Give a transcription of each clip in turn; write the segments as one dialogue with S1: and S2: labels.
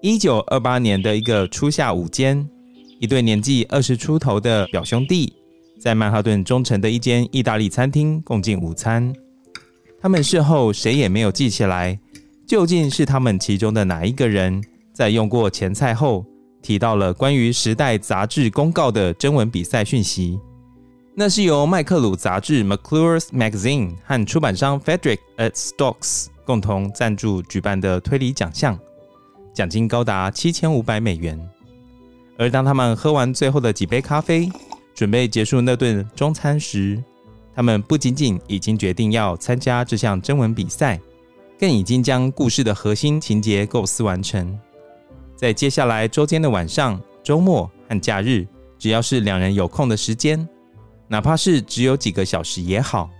S1: 一九二八年的一个初夏午间，一对年纪二十出头的表兄弟，在曼哈顿中城的一间意大利餐厅共进午餐。他们事后谁也没有记起来，究竟是他们其中的哪一个人在用过前菜后，提到了关于《时代》杂志公告的征文比赛讯息。那是由麦克鲁杂志 （McClure's Magazine） 和出版商 Frederick at Stokes 共同赞助举办的推理奖项。奖金高达七千五百美元。而当他们喝完最后的几杯咖啡，准备结束那顿中餐时，他们不仅仅已经决定要参加这项征文比赛，更已经将故事的核心情节构思完成。在接下来周间的晚上、周末和假日，只要是两人有空的时间，哪怕是只有几个小时也好，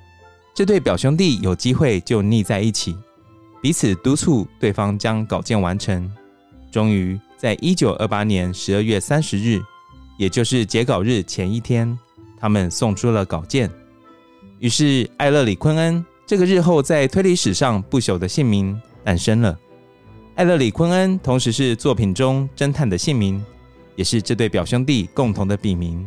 S1: 这对表兄弟有机会就腻在一起，彼此督促对方将稿件完成。终于在一九二八年十二月三十日，也就是截稿日前一天，他们送出了稿件。于是，艾勒里·昆恩这个日后在推理史上不朽的姓名诞生了。艾勒里·昆恩同时是作品中侦探的姓名，也是这对表兄弟共同的笔名。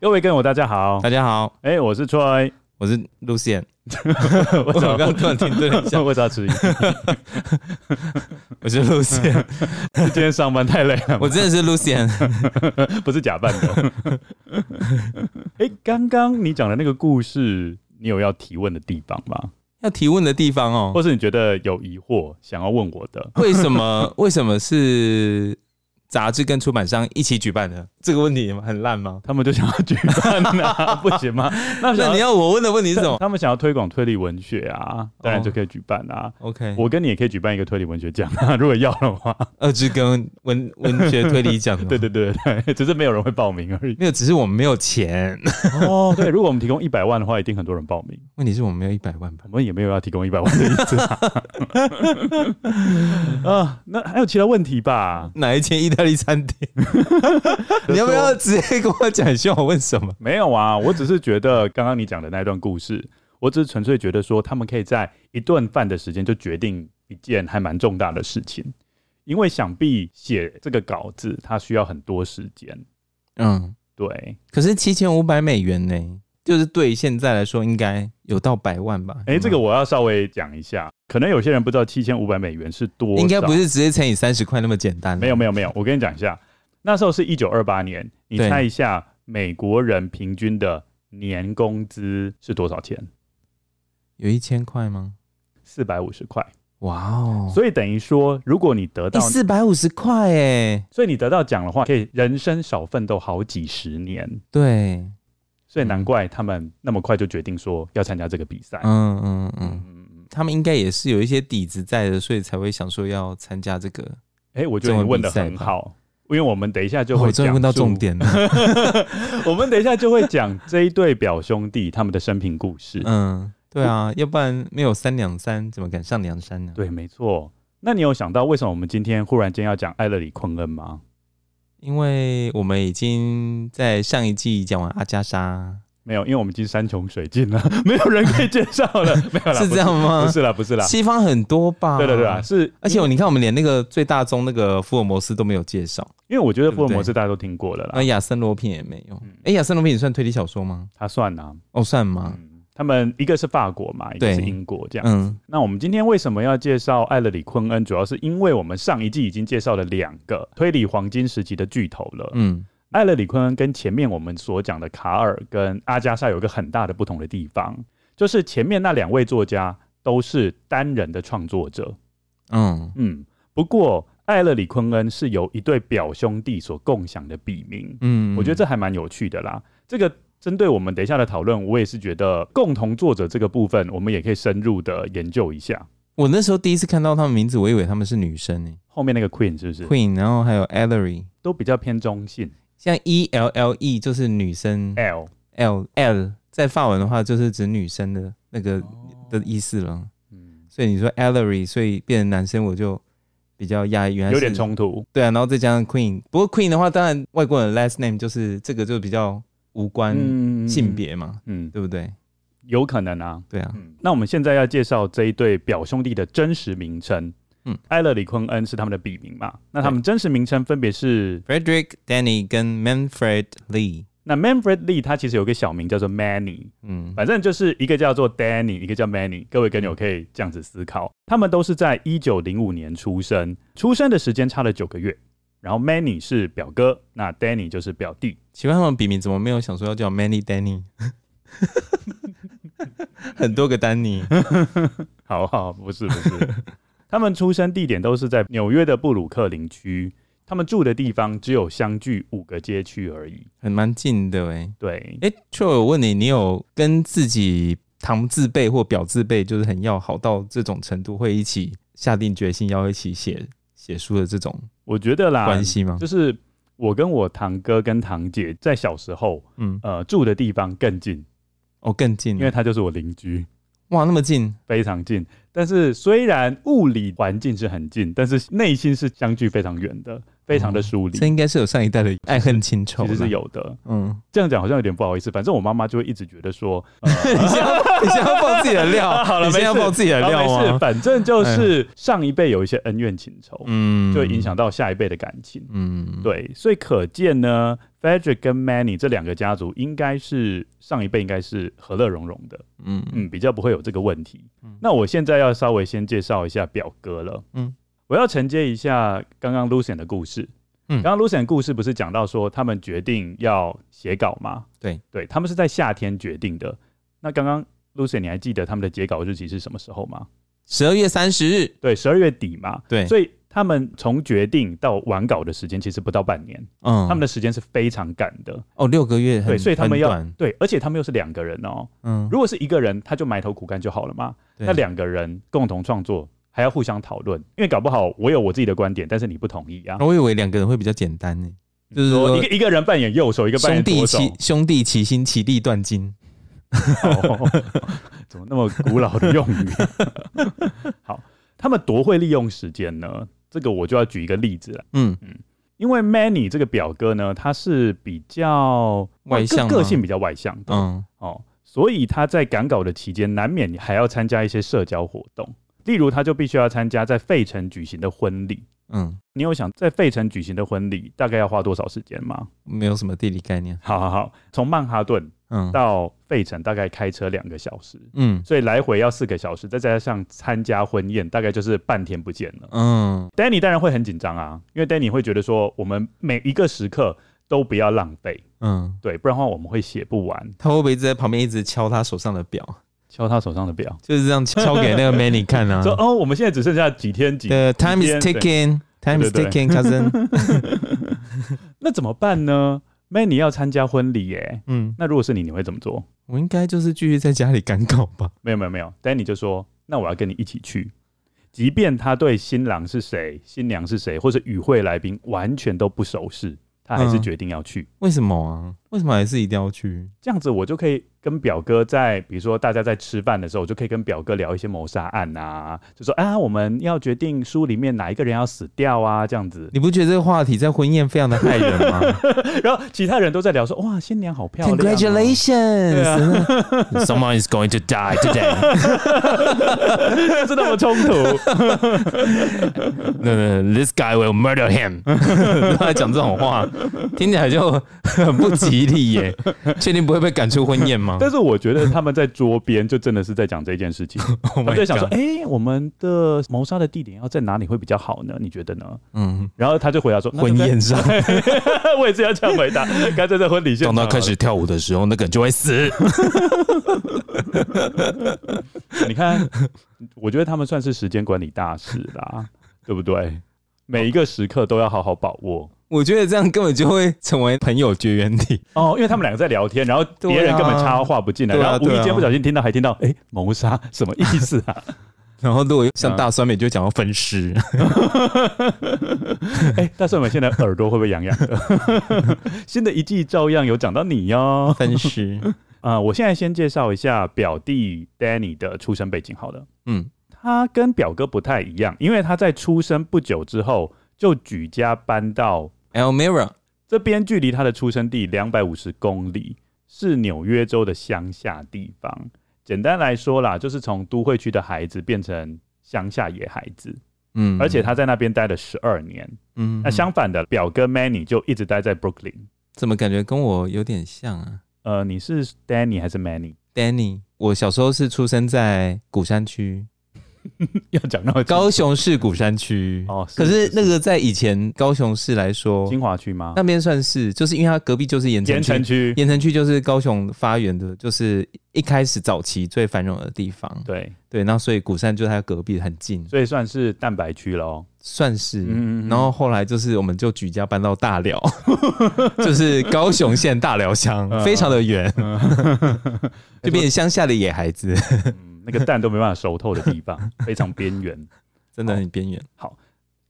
S2: 各位跟我大家好，
S1: 大家好，
S2: 哎、我是 Troy。
S1: 我是 Lucian。
S2: 我，
S1: 我刚刚突然停顿了一下
S2: 我找迟疑，
S1: 我是 Lucian，
S2: 今天上班太累了，
S1: 我真的是 Lucian。
S2: 不是假扮 的。哎、刚刚你讲的那个故事，你有要提问的地方吗？
S1: 要提问的地方
S2: 或
S1: 哦，
S2: 是你觉得有疑惑想要问我的？
S1: 为什么 为什么是杂志跟出版商一起举办的？这个问题很烂吗？
S2: 他们就想要举办 啊，不行吗？那
S1: 那
S2: 想
S1: 你要我问的问题是 什么哦
S2: 他们想要推广推理文学啊，当然就可以举办啊。
S1: ？OK，
S2: 我跟你也可以举办一个推理文学奖啊， 如果要的话。，
S1: 二之根文文学推理奖
S2: 对对对对， 只是没有人会报名而已。
S1: 没有，只是我们没有钱。
S2: 哦，对，如果我们提供一百万的话，一定很多人报名。
S1: 问题是我们没有一百万吧
S2: 我？们也没有要提供一百万的意思 啊。啊，那还有其他问题吧？
S1: 哪一间意大利餐 厅？你要不要直接跟我讲？你希望我问什么？
S2: 没有啊，我只是觉得刚刚你讲的那段故事，我只是纯粹觉得说，他们可以在一顿饭的时间就决定一件还蛮重大的事情，因为想必写这个稿子，它需要很多时间。
S1: 嗯，
S2: 对，
S1: 可是七千五百美元呢、就是对于现在来说应该有到百万吧？
S2: 哎、这个我要稍微讲一下，可能有些人不知道七千五百美元是多
S1: 嗯
S2: 少，
S1: 应该不是直接乘以三十块那么简单。
S2: 没有没有没有，我跟你讲一下，那时候是一九二八年，你
S1: 对
S2: 猜一下美国人平均的年工资是多少钱？
S1: 有一千块吗？
S2: 四百五十块。
S1: 哇哦，
S2: 所以等于说，如果你得到，
S1: 四百五十块哎，
S2: 所以你得到奖的话，可以人生少奋斗好几十年。
S1: 对，
S2: 所
S1: 嗯
S2: 以难怪他们那么快就决定说要参加这个比赛。
S1: 嗯嗯
S2: 嗯
S1: 嗯，
S2: 嗯嗯，
S1: 他们应该也是有一些底子在的，所以才会想说要参加这个。
S2: 哎、我觉得你问的
S1: 这种
S2: 很
S1: 比赛吧
S2: 好，因为我们等一下就
S1: 哦
S2: 会
S1: 我终于
S2: 讲、
S1: 问到重，点了，
S2: 我们等一下就会讲这一对表兄弟他们的生平故事。
S1: 嗯，对啊，要不然没有三两三，怎么敢上梁山呢？
S2: 对，没错。那你有想到为什么我们今天忽然间要讲艾勒里·昆恩吗？
S1: 因为我们已经在上一季讲完阿加莎，
S2: 没有，因为我们已经山穷水尽了， 没有人可以介绍 了，没有啦，
S1: 是这样吗
S2: 不是啦，不是啦，
S1: 西方很多吧？
S2: 对对对啊，是
S1: 而且你看，我们连那个最大宗那个福尔摩斯都没有介绍，
S2: 因为我觉得福尔摩
S1: 对不
S2: 斯大家都听过了啦，
S1: 那亚森罗平也没有。
S2: 嗯
S1: 哎，亚森罗平也算推理小说吗？
S2: 他算啊，
S1: 哦，算吗？
S2: 嗯，他们一个是法国嘛，一个是
S1: 对
S2: 英国这样。
S1: 嗯，
S2: 那我们今天为什么要介绍艾勒里·昆恩，主要是因为我们上一季已经介绍了两个推理黄金时期的巨头了。
S1: 嗯，
S2: 艾勒里·昆恩跟前面我们所讲的卡尔跟阿加莎有一个很大的不同的地方，就是前面那两位作家都是单人的创作者。
S1: 嗯，
S2: 嗯，不过艾勒里·昆恩是由一对表兄弟所共享的笔名。
S1: 嗯，
S2: 我觉得这还蛮有趣的啦。这个针对我们等一下的讨论，我也是觉得共同作者这个部分，我们也可以深入的研究一下。
S1: 我那时候第一次看到他们名字，我以为他们是女生诶
S2: 后面那个 Queen 是不是
S1: ，Queen，然后还有 Ellery，
S2: 都比较偏中性
S1: 像 E L L E 就是女生
S2: ？L
S1: ，L L 在法文的话就是指女生的那个
S2: 哦
S1: 的意思了。
S2: 嗯，
S1: 所以你说 Ellery，所以变成男生我就比较压抑，原来是
S2: 有点冲突。
S1: 对啊，然后再加上 Queen，不过 Queen 的话，当然外国人的 last name 就是这个就比较无关
S2: 嗯
S1: 性，别嘛，
S2: 嗯，
S1: 对不对？
S2: 有可能啊。
S1: 对啊，
S2: 嗯，那我们现在要介绍这一对表兄弟的真实名称。
S1: 嗯
S2: 嗯，艾勒里·昆恩是他们的笔名嘛？那他们真实名称分别是，
S1: Frederick Danny 跟 Manfred Lee，
S2: 那 Manfred Lee 他其实有个小名叫做 Manny，
S1: 嗯
S2: 反正就是一个叫做 Danny，一个叫 Manny。各位跟友可以这样子思考，他们都是在一九零五年出生，出生的时间差了九个月。然后 Manny 是表哥，那 Danny 就是表弟。
S1: 奇怪他们笔名怎么没有想说要叫 Many Danny，很多个丹尼，
S2: 好好，不是不 是，他们出生地点都是在纽约的布鲁克林区，他们住的地方只有相距五个街区而已。
S1: 很蛮近的哎、
S2: 对，
S1: 欸。哎、就我问你，你有跟自己堂字辈或表字辈就是很要好到这种程度，会一起下定决心要一起写写书的这种
S2: 我觉得啦，
S1: 关系吗？
S2: 就是我跟我堂哥跟堂姐在小时候，
S1: 嗯，
S2: 呃，住的地方更近，
S1: 哦，更近
S2: 因
S1: 了，
S2: 为他就是我邻居。
S1: 哇，那么近，
S2: 非常近。但是虽然物理环境是很近，但是内心是相距非常远的，非
S1: 哦
S2: 常的疏离。
S1: 这应该是有上一代的爱恨情仇，
S2: 其实是，有的，
S1: 嗯，
S2: 这样讲好像有点不好意思。反正我妈妈就会一直觉得说，呃
S1: 你先要你先要爆自己的料，
S2: 好了
S1: 你先要
S2: 没事
S1: 爆自己的料哦
S2: 啊没事，
S1: 吗？
S2: 反正就是上一辈有一些恩怨情仇，
S1: 嗯
S2: 就会影，响到下一辈的感情。
S1: 嗯，，
S2: 对，所以可见呢，Frederick 跟 Manny 这两个家族应该是上一辈应该是和乐融融的，
S1: 嗯嗯
S2: 嗯，比较不会有这个问题。那我现在要稍微先介绍一下表哥了。
S1: 嗯
S2: 嗯，我要承接一下刚刚 Lucian 的故事。
S1: 嗯
S2: 嗯，刚刚 Lucian 的故事不是讲到说他们决定要写稿吗？
S1: 对，
S2: 对他们是在夏天决定的。那刚刚 Lucian 你还记得他们的截稿日期是什么时候吗？
S1: 十二月三十日，
S2: 对，十二月底嘛。
S1: 对，
S2: 所以他们从决定到完稿的时间其实不到半年，
S1: 嗯，
S2: 他们的时间是非常赶的。
S1: 哦六个月很，
S2: 对，所以他们
S1: 很
S2: 要
S1: 短
S2: 对，而且他们又是两个人哦。
S1: 嗯，
S2: 如果是一个人，他就埋头苦干就好了嘛。
S1: 对
S2: 那两个人共同创作，还要互相讨论，因为搞不好我有我自己的观点，但是你不同意啊。
S1: 我以为两个人会比较简单呢，就是
S2: 嗯哦说一
S1: 说
S2: 个一个人扮演右手，一个扮
S1: 兄
S2: 演
S1: 弟
S2: 左手，
S1: 齐兄弟齐心，其利断金，
S2: 哦 怎么那么古老的用语？ 好，他们多会利用时间呢？这个我就要举一个例子了，
S1: 嗯，
S2: 因为 Manny 这个表哥呢，他是比较哦
S1: 外向吗
S2: 个个性比较外向的、
S1: 嗯
S2: 哦，所以他在赶稿的期间，难免还要参加一些社交活动，例如他就必须要参加在费城举行的婚礼。
S1: 嗯，
S2: 你有想在费城举行的婚礼大概要花多少时间吗？
S1: 没有什么地理概念，
S2: 好好好，从曼哈顿
S1: 嗯
S2: 到费城大概开车两个小时，
S1: 嗯
S2: 所以来回要四个小时，再加上参加婚宴，大概就是半天不见了。
S1: 嗯
S2: Danny 当然会很紧张啊，因为 Danny 会觉得说，我们每一个时刻都不要浪费，
S1: 嗯，
S2: 对，不然的话我们会写不完。
S1: 他会不会一直在旁边一直敲他手上的表？
S2: 敲他手上的表，
S1: 就是这样敲给那个 Manny 看啊。
S2: 说哦，我们现在只剩下几天几
S1: 对，time
S2: 几
S1: is
S2: 天
S1: ticking, time is
S2: 对对
S1: ticking, cousin。
S2: 那怎么办呢？Manny 要参加婚礼耶，
S1: 嗯，
S2: 那如果是你，你会怎么做？
S1: 我应该就是继续在家里赶稿吧。
S2: 没有没有没有，Danny 就说：“那我要跟你一起去。”即便他对新郎是谁、新娘是谁，或者与会来宾完全都不熟识，他还是
S1: 嗯
S2: 决定要去。
S1: 为什么啊？为什么还是一定要去？
S2: 这样子我就可以跟表哥在，比如说大家在吃饭的时候，我就可以跟表哥聊一些谋杀案啊，就说啊，我们要决定书里面哪一个人要死掉啊，这样子。
S1: 你不觉得这个话题在婚宴非常的害人吗
S2: 然后其他人都在聊说，哇，新娘好 漂亮、啊
S1: ？Congratulations！、Someone is going to die today.
S2: 是那么冲突。
S1: No, no, no, this guy will murder him. 他还讲这种话，听起来就很不吉利 耶。确定不会被赶出婚宴吗？
S2: 但是我觉得他们在桌边就真的是在讲这件 事情，
S1: 我
S2: 我在想说，哎、我们的谋杀的地点要在哪里会比较好呢？你觉得呢？
S1: 嗯，
S2: 然后他就回答说，那就
S1: 婚
S2: 在
S1: 宴上，
S2: 我也是要这样回答，干脆在婚礼现
S1: 当
S2: 场
S1: 他开始跳舞的时候，那个人就会死。
S2: 好了，你看，我觉得他们算是时间管理大师啦，对不对？每一个时刻都要好好把握
S1: 我觉得这样根本就会成为朋友绝缘体。
S2: 哦，因为他们两个在聊天，然后别人根本插话不进来，
S1: 对啊
S2: 然后无意
S1: 对
S2: 间
S1: 啊
S2: 不小心听到，还听到哎谋杀什么意思啊？
S1: 然后如果
S2: 嗯
S1: 像大酸梅，就会讲到分尸。
S2: 哎，但是我们现在耳朵会不会痒痒 的？新的一季照样有讲到你哟。
S1: 分尸，
S2: 啊、我现在先介绍一下表弟 Danny 的出生背景好了。
S1: 嗯，
S2: 他跟表哥不太一样，因为他在出生不久之后就举家搬到
S1: Elmira
S2: 这边，距离他的出生地两百五十公里，是纽约州的乡下地方。简单来说啦，就是从都会区的孩子变成乡下野孩子，
S1: 嗯
S2: 而且他在那边待了十二年。
S1: 嗯
S2: 那相反的，表哥 Manny 就一直待在 Brooklyn。
S1: 怎么感觉跟我有点像啊
S2: 呃，你是 Danny 还是 Manny？
S1: ？Danny，我小时候是出生在鼓山区，
S2: 要讲那么清
S1: 高雄市鼓山区。
S2: 哦是
S1: 可是
S2: 是
S1: 那个在以前高雄市来说，
S2: 金华区吗
S1: 那？边算是，就是因为它隔壁就是盐
S2: 盐
S1: 城
S2: 城
S1: 区，
S2: 区，
S1: 盐城区就是高雄发源的，就是一开始早期最繁荣的地方。
S2: 对，
S1: 对，那所以鼓山就它隔壁很近，
S2: 所以算是蛋白 区喽。
S1: 算是。
S2: 嗯嗯嗯
S1: 然后后来就是我们就举家搬到大寮， 就是高雄县大寮乡，
S2: 嗯哎
S1: 非常的远， 就变成乡下的野孩子，
S2: 嗯，那个蛋都没办法熟透的地 方，非常边缘。
S1: 真的很边缘。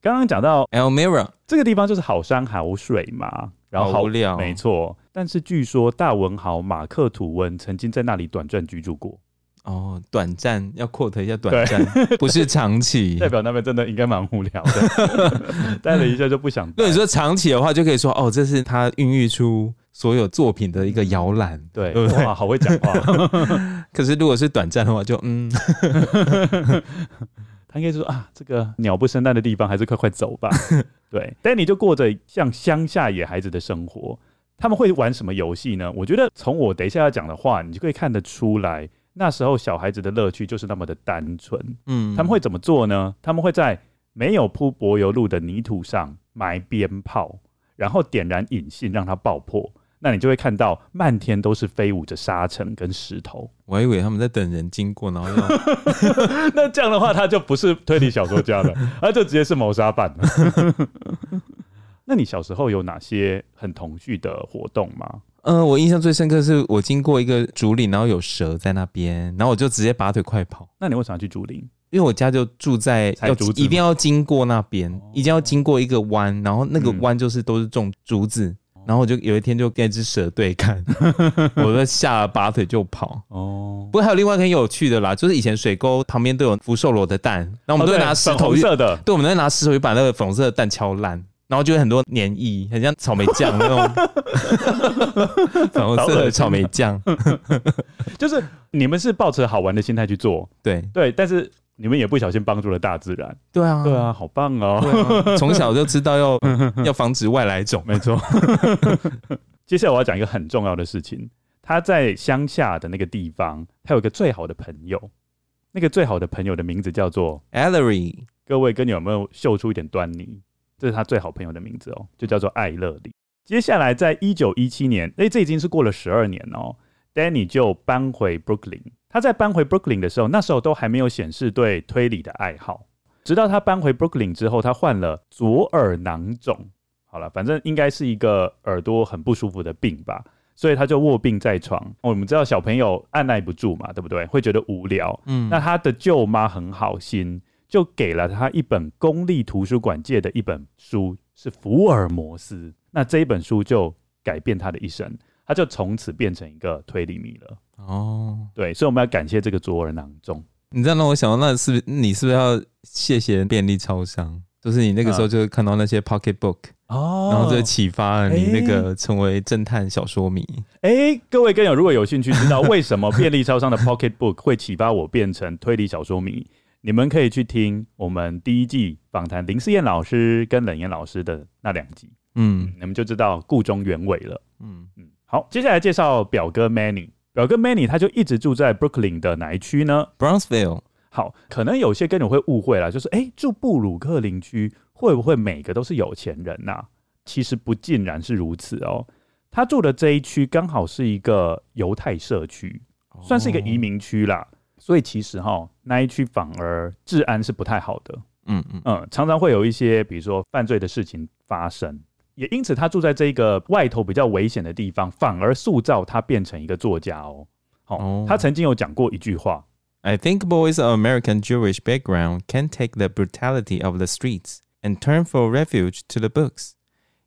S2: 刚刚讲到
S1: Elmira
S2: 这个地方就是好山好水嘛，然后
S1: 好无聊
S2: 没错。但是据说大文豪马克吐温曾经在那里短暂居住过，
S1: 哦，短暂要 quote 一下短暂， 不是长 期
S2: 代。表那边真的应该蛮无聊的， 待了一下就不想
S1: 如
S2: 待
S1: 果你。说长期的话，就可以说哦，这是他孕育出所有作品的一个摇篮。
S2: 对
S1: 对，不对
S2: 哇，好会讲话。哦
S1: 可是如果是短暂的话，就嗯，
S2: 他应该说啊，这个鸟不生蛋的地方，还是快快走吧。对，但你就过着像乡下野孩子的生活。他们会玩什么游戏呢？我觉得从我等一下要讲的话，你就可以看得出来，那时候小孩子的乐趣就是那么的单纯。
S1: 嗯，
S2: 他们会怎么做呢？他们会在没有铺柏油路的泥土上埋鞭炮，然后点燃引信让它爆破。那你就会看到漫天都是飞舞着沙尘跟石头。
S1: 我还以为他们在等人经过，然后要
S2: 那这样的话，他就不是推理小说家了，他就直接是谋杀犯了。 那你小时候有哪些很童趣的活动吗？
S1: 嗯，我印象最深刻是我经过一个竹林，然后有蛇在那边，然后我就直接拔腿快跑，
S2: 那你为什么要去竹林？
S1: 因为我家就住在
S2: 采
S1: 要
S2: 竹子
S1: 一定要经过那边
S2: 哦，
S1: 一定要经过一个湾，然后那个
S2: 嗯
S1: 湾就是都是种竹子，然后我就有一天就跟一只蛇对 看，我就吓得拔腿就跑。
S2: 哦
S1: 不，过还有另外一个很有趣的啦，就是以前水沟旁边都有福寿螺的蛋，然后我们都会
S2: 哦对
S1: 拿石
S2: 粉
S1: 头
S2: 红
S1: 去，
S2: 色的，
S1: 对，我们都会拿石头去把那个粉红色的蛋敲烂，然后就有很多粘液，很像草莓酱那种粉红色的草莓 酱。
S2: 就是你们是抱着好玩的心态去做，
S1: 对
S2: 对，但是你们也不小心帮助了大自然。
S1: 对啊，
S2: 对啊，好棒哦！
S1: 对啊，从小就知道 要要防止外来种。
S2: 没错。接下来我要讲一个很重要的事情，他在乡下的那个地方，他有一个最好的朋友，那个最好的朋友的名字叫做
S1: Ellery，
S2: 各位跟你有没有嗅出一点端倪？这是他最好朋友的名字哦，就叫做艾勒里。接下来，在一九一七年，哎，这已经是过了十二年哦。Danny 就搬回 Brooklyn。他在搬回 Brooklyn 的时候，那时候都还没有显示对推理的爱好。直到他搬回 Brooklyn 之后，他患了左耳囊肿。好了，反正应该是一个耳朵很不舒服的病吧，所以他就卧病在床。哦我们知道小朋友按耐不住嘛，对不对？会觉得无聊，
S1: 嗯
S2: 那他的舅妈很好心，就给了他一本公立图书馆借的一本书，是福尔摩斯。那这一本书就改变他的一生。他就从此变成一个推理迷了。
S1: 哦，
S2: 对，所以我们要感谢这个卓尔囊中。
S1: 你这样让我想到，那是不是你是不是要谢谢便利超商？就是你那个时候就看到那些 pocket book，、
S2: 哦
S1: 然后就启发了你那个成为侦探小说迷。
S2: 哎，各位跟友如果有兴趣知道为什么便利超商的 Pocket Book 会启发我变成推理小说迷，你们可以去听我们第一季访谈林思燕老师跟冷岩老师的那两集，嗯
S1: 嗯，
S2: 你们就知道故中原委了。
S1: 嗯，
S2: 嗯，好，接下来介绍表哥 Manny。表哥 Manny 他就一直住在 Brooklyn 的哪一区呢？
S1: Brownsville，
S2: 好，可能有些跟友会误会啦，就是哎，诶住布鲁克林区会不会每个都是有钱人呐、其实不尽然是如此哦。他住的这一区刚好是一个犹太社区，算是一个移民区啦，所以其实哈那一区反而治安是不太好的，
S1: 嗯。嗯嗯，
S2: 嗯，常常会有一些比如说犯罪的事情发生。也因此，他住在这个外头比较危险的地方，反而塑造他变成一个作家哦。好、
S1: 哦
S2: 他曾经有讲过一句话，
S1: I think boys of American Jewish background can take the brutality of the streets and turn for refuge to the books。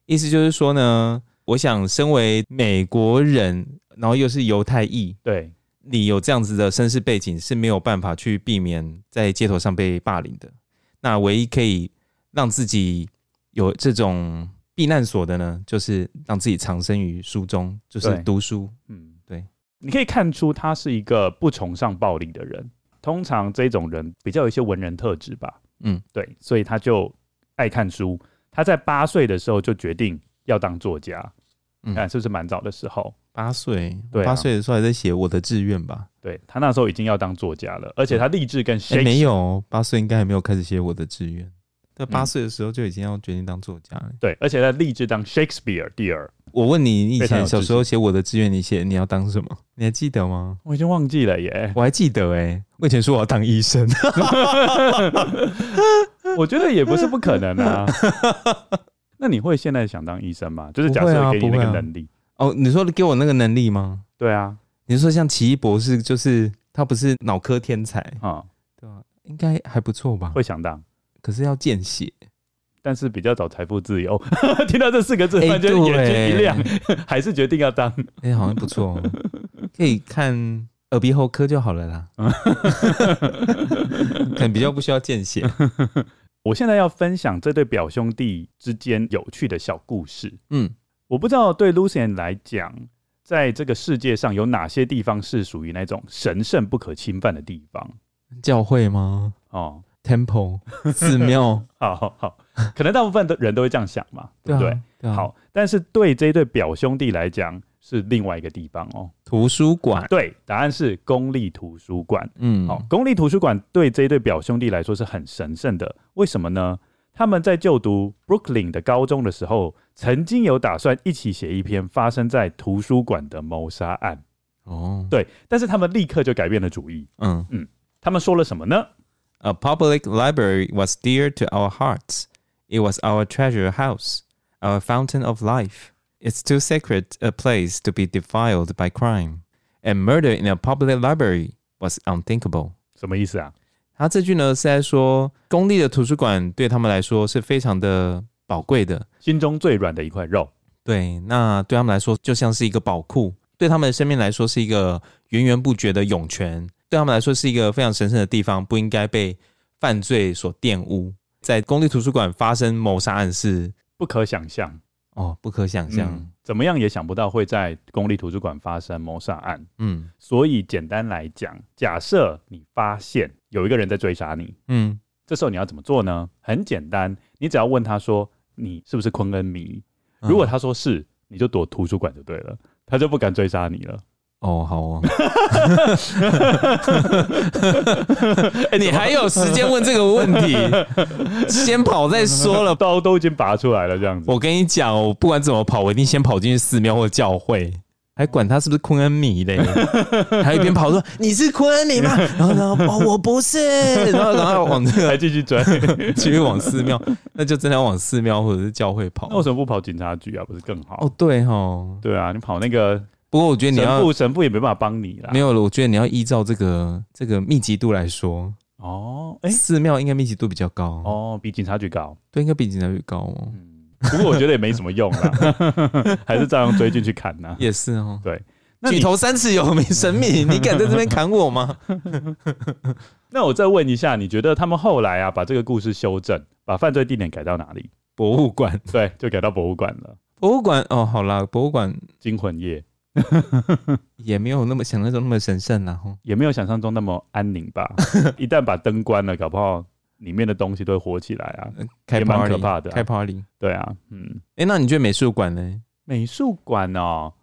S1: 意思就是说呢，我想身为美国人，然后又是犹太裔，
S2: 对，
S1: 你有这样子的身世背景是没有办法去避免在街头上被霸凌的。那唯一可以让自己有这种避难所的呢，就是让自己藏身于书中，就是
S2: 对
S1: 读书。
S2: 嗯，
S1: 对，
S2: 你可以看出他是一个不崇尚暴力的人。通常这种人比较有一些文人特质吧，
S1: 嗯，
S2: 对，所以他就爱看书。他在八岁的时候就决定要当作家，
S1: 嗯
S2: 看、是不是蛮早的时候？
S1: 八岁，
S2: 对啊
S1: 八岁的时候还在写我的志愿吧？
S2: 对他那时候已经要当作家了，而且他立志跟
S1: 哎、
S2: 谁、
S1: 没有，八岁应该还没有开始写我的志愿。在
S2: 嗯
S1: 八岁的时候就已经要决定当作家了。
S2: 对，而且他立志当 Shakespeare 第二，
S1: 我问你，你以
S2: 非常有
S1: 前
S2: 自
S1: 小
S2: 信
S1: 时候写我的志愿，你写你要当什么？你还记得吗？
S2: 我已经忘记了耶。
S1: 我还记得哎、我以前说我要当医生。
S2: 我觉得也不是不可能啊。 那你会现在想当医生吗？就是假
S1: 不会
S2: 设
S1: 啊
S2: 给你那
S1: 不
S2: 个
S1: 会啊
S2: 能力，
S1: 哦，你说给我那个能力吗？
S2: 对啊，
S1: 你是说像奇异博士，就是他不是脑科天才，
S2: 啊、
S1: 对吧、应该还不错吧？
S2: 会想当。
S1: 可是要见血，
S2: 但是比较早财富自由。 听到这四个字，突
S1: 哎
S2: 然间
S1: 对
S2: 眼睛一亮， 还是决定要当。
S1: 哎、好像不错、 哦，可以看耳鼻喉科就好了 啦，可能比较不需要见血。
S2: 我现在要分享这对表兄弟之间有趣的小故事。
S1: 嗯，
S2: 我不知道对 Lucian 来讲，在这个世界上有哪些地方是属于那种神圣不可侵犯的地方
S1: 教会吗
S2: 哦。
S1: ？Temple 寺庙，
S2: 好好好，可能大部分的人都会这样想嘛，对不对？
S1: 啊，对啊，
S2: 好，但是对这对表兄弟来讲是另外一个地方哦。
S1: 图书馆，
S2: 对，答案是公立图书馆。
S1: 哎嗯，
S2: 好，公立图书馆对这一对表兄弟来说是很神圣的，为什么呢？他们在就读 Brooklyn 的高中的时候，曾经有打算一起写一篇发生在图书馆的谋杀案。
S1: 哦，
S2: 对，但是他们立刻就改变了主意。
S1: 嗯。
S2: 他们说了什么呢？
S1: A public library was dear to our hearts. It was our treasure house, our fountain of life. It's too sacred a place to be defiled by crime, and murder in a public library was unthinkable.
S2: 什么意思啊？
S1: 他这句呢是在说，公立的图书馆对他们来说是非常的宝贵的，
S2: 心中最软的一块肉。
S1: 对，那对他们来说就像是一个宝库，对他们的生命来说是一个源源不绝的涌泉，对他们来说是一个非常神圣的地方，不应该被犯罪所玷污。在公立图书馆发生谋杀案是
S2: 不可想象，
S1: 哦，不可想象。
S2: 嗯怎么样也想不到会在公立图书馆发生谋杀案。
S1: 嗯
S2: 所以简单来讲，假设你发现有一个人在追杀你，
S1: 嗯
S2: 这时候你要怎么做呢？很简单，你只要问他说你是不是昆恩迷？
S1: 嗯
S2: 如果他说是，你就躲图书馆就对了，他就不敢追杀你了。
S1: 哦，好哦。哎你还有时间问这个问题？先跑再说了。
S2: 刀都已经拔出来了，这样子。
S1: 我跟你讲，我不管怎么跑，我一定先跑进去寺庙或教会，还管他是不是昆恩米嘞， 还一边跑说你是昆恩米吗？ 然后呢，哦，我不是， 然后然后往这
S2: 还
S1: 个
S2: 继 续追，
S1: 继续往寺庙，那就真的要往寺庙或者是教会跑
S2: 那。为什么不跑警察局啊？不是更好？
S1: 哦，对哦，
S2: 对啊，你跑那个
S1: 不过我觉得你
S2: 神
S1: 要
S2: 父，啊神父也没办法帮你啦。
S1: 没有了，我觉得你要依照这个这个密集度来说，
S2: 哦，哎、
S1: 寺庙应该密集度比较高，
S2: 哦，比警察局高。
S1: 对，应该比警察局高哦。
S2: 嗯，不过我觉得也没什么用啦， 还是照样追进去砍呐、
S1: 也是哦。
S2: 那
S1: 举
S2: 你
S1: 头三尺有没神明，你敢在这边砍我吗？
S2: 那我再问一下，你觉得他们后来啊，把这个故事修正，把犯罪地点改到哪里？
S1: 博物馆，
S2: 对，就改到博物馆了，
S1: 博物馆哦，好啦，博物馆
S2: 惊魂夜
S1: 也没有那么想象中那么神圣啦。吼
S2: 也没有想象中那么安宁 吧。一旦把灯关了，搞不好里面的东西都会火起来啊。
S1: 呃开
S2: 也蛮
S1: party
S2: 可怕的啊嗯
S1: 开 party。
S2: 对啊，嗯，
S1: 哎，那你觉得美术馆呢？
S2: 美术馆哦，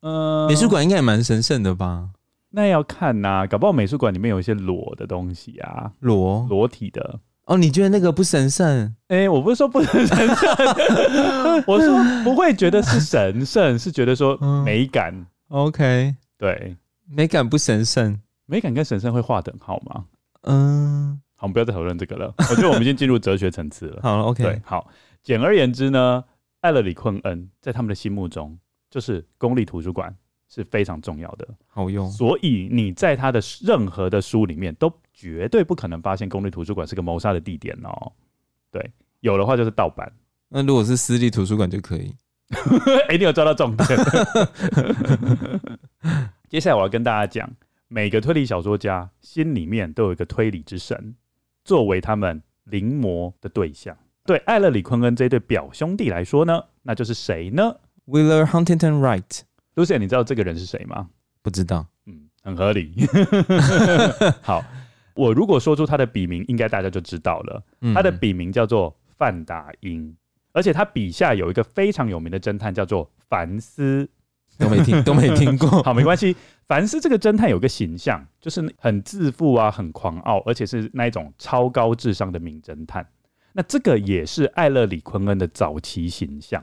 S2: 嗯、
S1: 美术馆应该也蛮神圣的吧？
S2: 那要看呐、搞不好美术馆里面有一些裸的东西啊，
S1: 裸
S2: 裸体的。
S1: 哦，你觉得那个不神圣？
S2: 哎、我不是说不能神圣， 我说不会觉得是神圣，是觉得说
S1: 嗯
S2: 美感。
S1: OK，
S2: 对，
S1: 美感不神圣。
S2: 美感跟神圣会划等号吗？
S1: 嗯，
S2: 好，我们不要再讨论这个了。我觉得我们已经进入哲学层次了。
S1: 好了
S2: 对
S1: ，OK，，
S2: 好。简而言之呢，艾勒里昆恩在他们的心目中，就是公立图书馆是非常重要的。
S1: 好用。
S2: 所以你在他的任何的书里面都绝对不可能发现公立图书馆是个谋杀的地点哦。对，有的话就是盗版。
S1: 那如果是私立图书馆就可以。
S2: 哎、你有抓到重点。接下来我要跟大家讲，每个推理小说家心里面都有一个推理之神，作为他们临摹的对象。对艾勒里昆恩这对表兄弟来说呢，那就是谁呢
S1: Wheeler Huntington Wright
S2: ？Lucy，你知道这个人是谁吗？
S1: 不知道。
S2: 嗯，很合理。好，我如果说出他的笔名，应该大家就知道了。
S1: 嗯
S2: 他的笔名叫做范达因，而且他笔下有一个非常有名的侦探叫做凡斯。
S1: 都没听，都没听过。
S2: 好，没关系。凡斯这个侦探有个形象，就是很自负啊，很狂傲，而且是那一种超高智商的名侦探。那这个也是艾勒里昆恩的早期形象。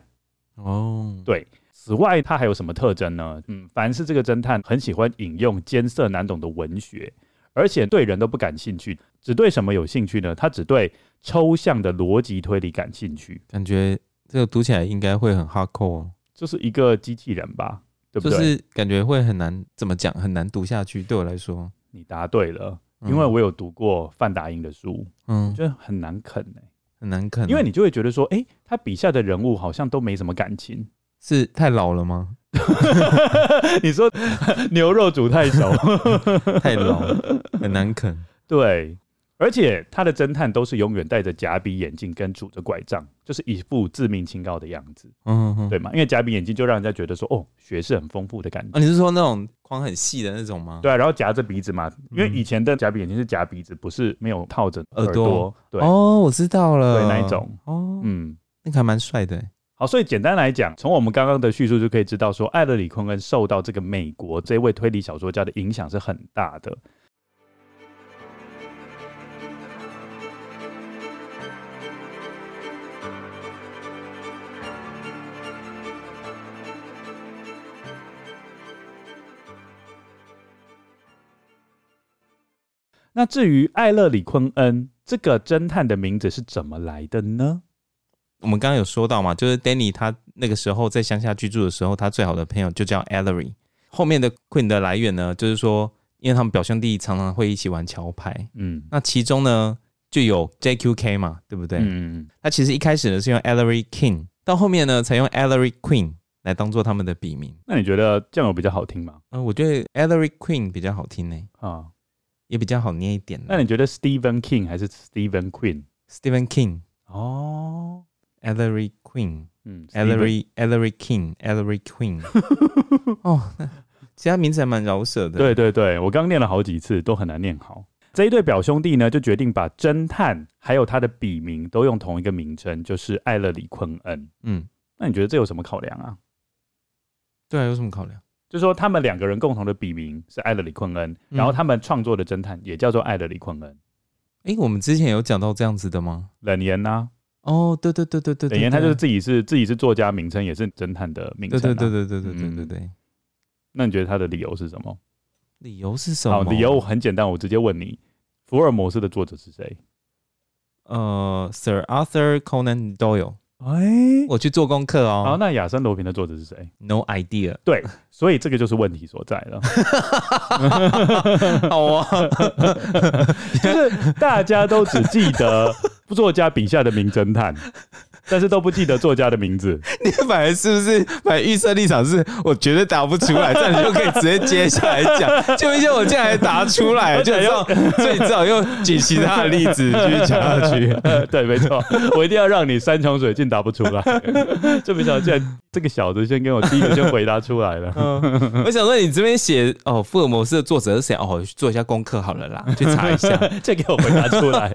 S1: 哦，
S2: 对此外，他还有什么特征呢？嗯，凡是这个侦探很喜欢引用艰涩难懂的文学，而且对人都不感兴趣，只对什么有兴趣呢？他只对抽象的逻辑推理感兴趣，
S1: 感觉这个读起来应该会很 hardcore，哦
S2: 就是一个机器人吧，对不
S1: 就
S2: 对？
S1: 是感觉会很难怎么讲，很难读下去。对我来说，
S2: 你答对了，
S1: 嗯
S2: 因为我有读过范达因的书，
S1: 嗯
S2: 就很难啃欸
S1: 很难啃，啊
S2: 因为你就会觉得说，诶，他笔下的人物好像都没什么感情。
S1: 是太老了吗？
S2: 你说 牛肉煮 太熟，
S1: 太老，很难啃。
S2: 对，而且他的侦探都是永远戴着假鼻眼镜跟拄着拐杖，就是一副自命清高的样子，
S1: 嗯，嗯
S2: 对。吗？因为假鼻眼镜就让人家觉得说，哦，学识很丰富的感觉。
S1: 啊，你是说那种框很细的那种吗？
S2: 对啊，然后夹着鼻子嘛，因为以前的假鼻眼镜是夹鼻子，不是没有套着
S1: 嗯
S2: 耳
S1: 耳朵
S2: 对，
S1: 哦，我知道了，
S2: 对那一种
S1: 哦，
S2: 嗯，
S1: 那个还蛮帅的欸。
S2: 好，所以简单来讲，从我们刚刚的叙述就可以知道说，艾勒里·昆恩受到这个美国这位推理小说家的影响是很大的。那至于艾勒里·昆恩这个侦探的名字是怎么来的呢？
S1: 我们刚刚有说到嘛，就是 Danny 他那个时候在乡下居住的时候，他最好的朋友就叫 Ellery。后面的 Queen 的来源呢，就是说，因为他们表兄弟常常会一起玩桥牌，
S2: 嗯，
S1: 那其中呢就有 JQK 嘛，对不对？
S2: 嗯，
S1: 那其实一开始呢是用 Ellery King，到后面呢才用 Ellery Queen 来当做他们的笔名。
S2: 那你觉得酱油比较好听吗？
S1: 嗯、我觉得 Ellery Queen 比较好听呢、
S2: 啊，
S1: 也比较好念一点呢。
S2: 那你觉得 Stephen King 还是 Stephen Queen？
S1: Stephen King、
S2: 哦，
S1: Ellery Queen、
S2: 嗯
S1: Ellery Ellery King、Ellery Queen，哦，那其他名字还蛮饶舌的。
S2: 对对对，我刚念了好几次，都很难念好。这一对表兄弟呢，就决定把侦探还有他的笔名都用同一个名称，就是艾勒里·昆恩。
S1: 嗯，
S2: 那你觉得这有什么考量啊？
S1: 对啊，有什么考量？
S2: 就说他们两个人共同的笔名是艾勒里·昆恩，
S1: 嗯
S2: 然后他们创作的侦探也叫做艾勒里·昆恩。
S1: 诶，我们之前有讲到这样子的吗？
S2: 冷言呐、
S1: 哦，对对对对对，对
S2: 冷言他就是
S1: 对
S2: 自己是自己是作家名称，也是侦探的名称、
S1: 对
S2: 啊。
S1: 对对对对对对
S2: 嗯
S1: 对对，
S2: 那你觉得他的理由是什么？
S1: 理由是什
S2: 好，
S1: 么？
S2: 理由很简单，我直接问你，福尔摩斯的作者是谁？
S1: 呃，Sir Arthur Conan Doyle，
S2: 哎，
S1: 我去做功课
S2: 好，
S1: 哦。
S2: 那亚森罗平的作者是谁？
S1: No idea，
S2: 所以这个就是问题所在了，
S1: 好啊，
S2: 就是大家都只记得作家笔下的名侦探，但是都不记得作家的名字。
S1: 你反而是不是反而预设立场是，我绝对答不出来，这样你就可以直接接下来讲。就一些我竟然还答出来，就知道，所以你只好用举其他的例子继续讲下去。
S2: 呃，对，没错，我一定要让你山穷水尽答不出来。 这没想到，竟然这个小子先跟我第一个就回答出来了。
S1: 嗯， 我想说你这边写哦，福尔摩斯的作者是谁？哦，我去做一下功课好了啦，去查一下。
S2: 这给我回答出来，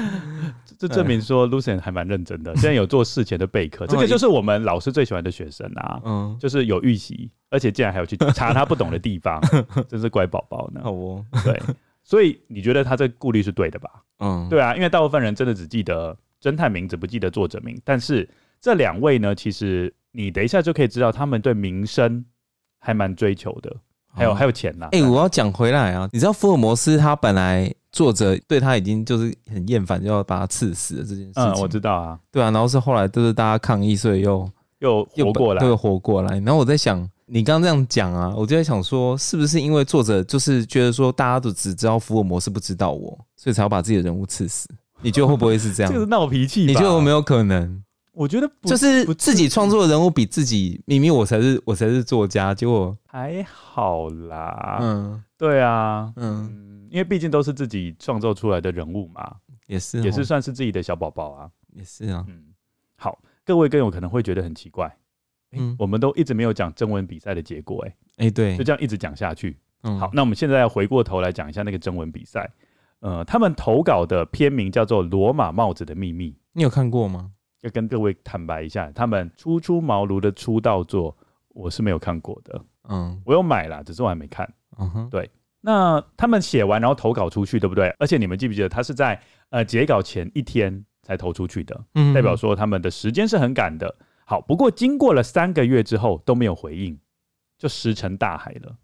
S2: 这这证明说 Lucian 还蛮认真的，现在有做事前的备课，这个就是我们老师最喜欢的学生啊，
S1: 嗯，
S2: 就是有预习，而且竟然还有去查他不懂的地 方，真是乖宝宝呢
S1: 好。哦，
S2: 对，所以你觉得他这个顾虑是对的吧？
S1: 嗯，
S2: 对啊，因为大部分人真的只记得侦探名字，不记得作者名。但是这两位呢，其实你等一下就可以知道，他们对名声还蛮追求的，还有、
S1: 哦
S2: 还有钱呐、
S1: 哎、我要讲回来啊，你知道福尔摩斯他本来作者对他已经就是很厌烦，就要把他刺死了这件事情。
S2: 嗯，我知道啊，
S1: 对啊，然后是后来就是大家抗议，所以又
S2: 又
S1: 又
S2: 活过来
S1: 对，，活过来。然后我在想，你刚刚这样讲啊，我就在想说，是不是因为作者就是觉得说大家都只知道福尔摩斯，不知道我，所以才要把自己的人物刺死？你觉得会不会是这样
S2: 这？个是闹脾气吧。
S1: 你觉得有没
S2: 有？
S1: 有可能，
S2: 我觉得不
S1: 就是
S2: 不
S1: 自己创作的人物比自己明明我才是我才是作家，结果
S2: 还好啦。
S1: 嗯
S2: 对啊，
S1: 嗯
S2: 嗯，因为毕竟都是自己创造出来的人物嘛，
S1: 也是哦
S2: 也是算是自己的小宝宝啊。
S1: 也是啊，
S2: 嗯，好，各位更有可能会觉得很奇怪，诶
S1: 嗯
S2: 我们都一直没有讲征文比赛的结果、诶
S1: 哎、对
S2: 就，这样一直讲下去。
S1: 嗯
S2: 好，那我们现在要回过头来讲一下那个征文比赛。呃，他们投稿的篇名叫做《罗马帽子的秘密》，
S1: 你有看过吗？
S2: 要跟各位坦白一下，他们初出茅庐的出道作，我是没有看过的，
S1: 嗯
S2: 我有买啦，只是我还没看。
S1: 嗯哼，
S2: 那他们写完然后投稿出去，对不对？而且你们记不记得，他是在呃截稿前一天才投出去的，
S1: 嗯
S2: 代表说他们的时间是很赶的。好，不过经过了三个月之后都没有回应，就石沉大海了。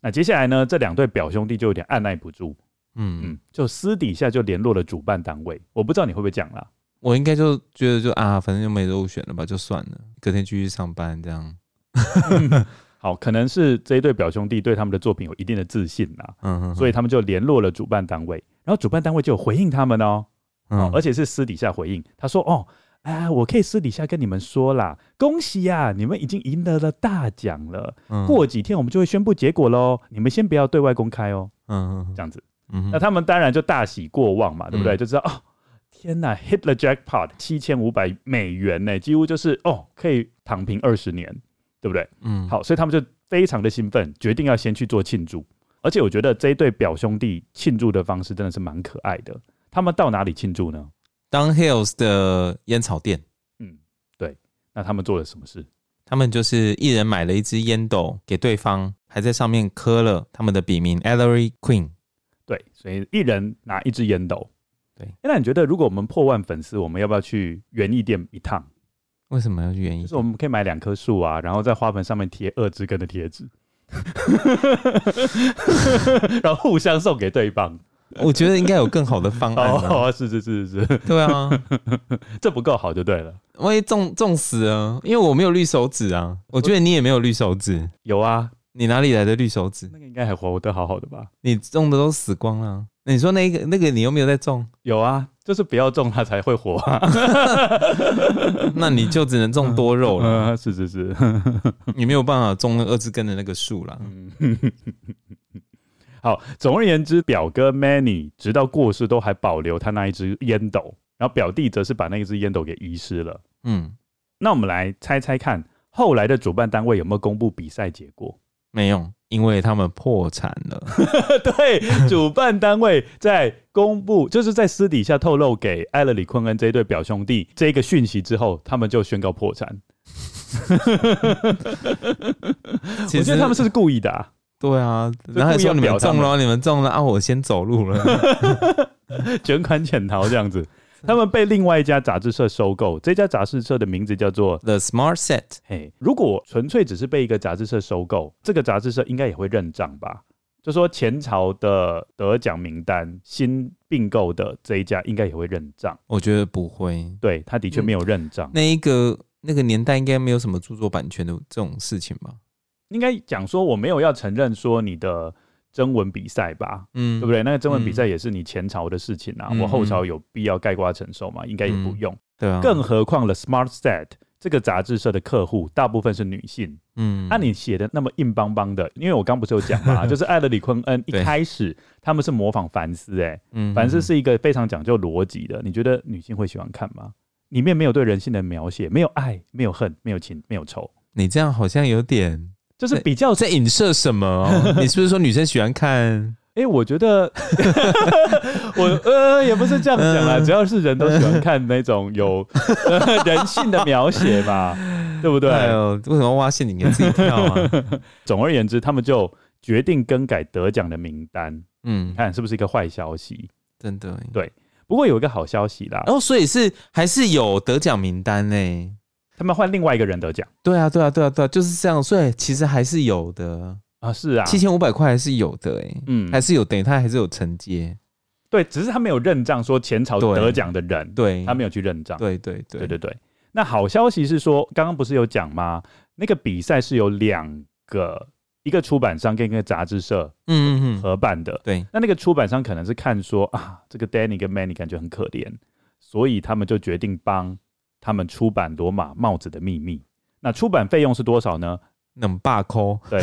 S2: 那接下来呢，这两对表兄弟就有点按耐不住，
S1: 嗯，
S2: 嗯，就私底下就联络了主办单位。我不知道你会不会讲啦，
S1: 我应该就觉得就啊，反正就没入选了吧，就算了，隔天继续上班这样。
S2: 好，可能是这一对表兄弟对他们的作品有一定的自信啦，
S1: 嗯哼，
S2: 所
S1: 以
S2: 以他们就联络了主办单位，然后主办单位就有回应他们哦，
S1: 嗯，
S2: 哦而且是私底下回应，他说哦。哎，我可以私底下跟你们说啦，恭喜呀、你们已经赢得了大奖了。
S1: 嗯
S2: 过几天我们就会宣布结果喽，你们先不要对外公开哦，
S1: 嗯嗯
S2: 这样子。
S1: 嗯哼，
S2: 那他们当然就大喜过望嘛，对不对？
S1: 嗯
S2: 就知道哦，天哪，hit the jackpot，七千五百美元呢，几乎就是哦，可以躺平二十年，对不对？
S1: 嗯，
S2: 好，所以他们就非常的兴奋，决定要先去做庆祝。而且我觉得这一对表兄弟庆祝的方式真的是蛮可爱的。他们到哪里庆祝呢？
S1: 当 Hills 的烟草店，
S2: 嗯，对。那他们做了什么事？
S1: 他们就是一人买了一支烟斗给对方，还在上面刻了他们的笔名 Ellery Queen。
S2: 对，所以一人拿一支烟斗。
S1: 对
S2: 诶那你觉得如果我们破万粉丝，我们要不要去园艺店一趟？
S1: 为什么要去原
S2: 就
S1: 因
S2: 是？我们可以买两棵树啊，然后在花盆上面贴二之根的贴纸，然后互相送给对方。
S1: 我觉得应该有更好的方案、啊。
S2: 哦， 是是是是是，
S1: 对啊，
S2: 这不够好就对了。
S1: 万一中中死啊，因为我没有绿手指啊，我觉得你也没有绿手指，
S2: 有啊，
S1: 你哪里来的绿手指？
S2: 那个应该还活得好好的吧？
S1: 你中的都死光了、那你说那个那个你又没有在中，
S2: 有啊，就是不要种它才会活啊。
S1: 那你就只能种多肉 了，
S2: 嗯，是是是，嗯
S1: 你没有办法种那二字根的那个树了。
S2: 好。总而言之，表哥 Manny 直到过世都还保留他那一只烟斗，然后表弟则是把那一只烟斗给遗失了。
S1: 嗯，
S2: 那我们来猜猜看，后来的主办单位有没有公布比赛结果？
S1: 没用，因为他们破产 了。
S2: 对，主办单位在公布，就是在私底下透露给艾勒里昆恩这一对表兄弟这个讯息之后，他们就宣告破产。
S1: 其
S2: 我觉
S1: 实
S2: 得他们是故意的、啊，
S1: 对啊，然后还
S2: 故意
S1: 说
S2: 要
S1: 你们
S2: 表他
S1: 中
S2: 们
S1: 了，你们中了啊，我先走路 了。
S2: 卷款潜逃这样子。他们被另外一家杂志社收购，这家杂志社的名字叫做
S1: The Smart Set，
S2: 嘿，如果纯粹只是被一个杂志社收购，这个杂志社应该也会认账吧？就说前朝的得奖名单新并购的这一家应该也会认账，
S1: 我觉得不会，
S2: 对他的确没有认账，
S1: 那一个那个年代应该没有什么著作版权的这种事情吧？
S2: 应该讲说我没有要承认说你的征文比赛吧，
S1: 嗯，
S2: 对不对？那个征文比赛也是你前朝的事情啊，
S1: 嗯
S2: 我后朝有必要盖瓜承受吗？应该也不用。
S1: 对啊，
S2: 更何况了 Smart Set 这个杂志社的客户大部分是女性，
S1: 嗯，
S2: 那、啊你写的那么硬邦邦的，因为我刚不是有 讲嘛，就是艾德里·昆恩一
S1: 对
S2: 开始他们是模仿凡斯、欸，
S1: 嗯
S2: 凡斯是一个非常讲究逻辑的，你觉得女性会喜欢看吗？里面没有对人性的描写，没有爱，没有恨，没有情，没有仇，
S1: 你这样好像有点
S2: 就是比较
S1: 在影射什么哦？ 你是不是说女生喜欢看？
S2: 哎、我 觉得我呃也不是这样讲啦，
S1: 嗯
S2: 只要是人都喜欢看那种有、呃、人性的描写嘛，对不对？
S1: 哎呦，为什么挖陷阱给自己跳 啊？
S2: 总而言之，他们就决定更改得奖的名单，
S1: 嗯
S2: 你，看是不是一个坏消息？
S1: 真的耶。
S2: 对不过有一个好消息啦，
S1: 然哦后所以是还是有得奖名单欸呢。
S2: 他们换另外一个人得奖
S1: 对啊，对啊，对啊，对啊，就是这样。所以其实还是有的，
S2: 啊，是啊，
S1: 七千五百块还是有的哎，
S2: 嗯
S1: 还，是有，等于他还是有承接。
S2: 对，只是他没有认账，说前朝
S1: 对
S2: 得奖的人，
S1: 对，
S2: 他没有去认账，
S1: 对对对
S2: 对对对。那好消息是说，刚刚不是有讲吗？那个比赛是有两个，一个出版商跟一个杂志社
S1: 嗯嗯嗯，
S2: 合办的。
S1: 对，
S2: 那那个出版商可能是看说啊，这个 Danny 跟 Manny 感觉很可怜，所以他们就决定帮他们出版《罗马帽子的秘密》。那出版费用是多少呢？
S1: 那种罢扣，
S2: 对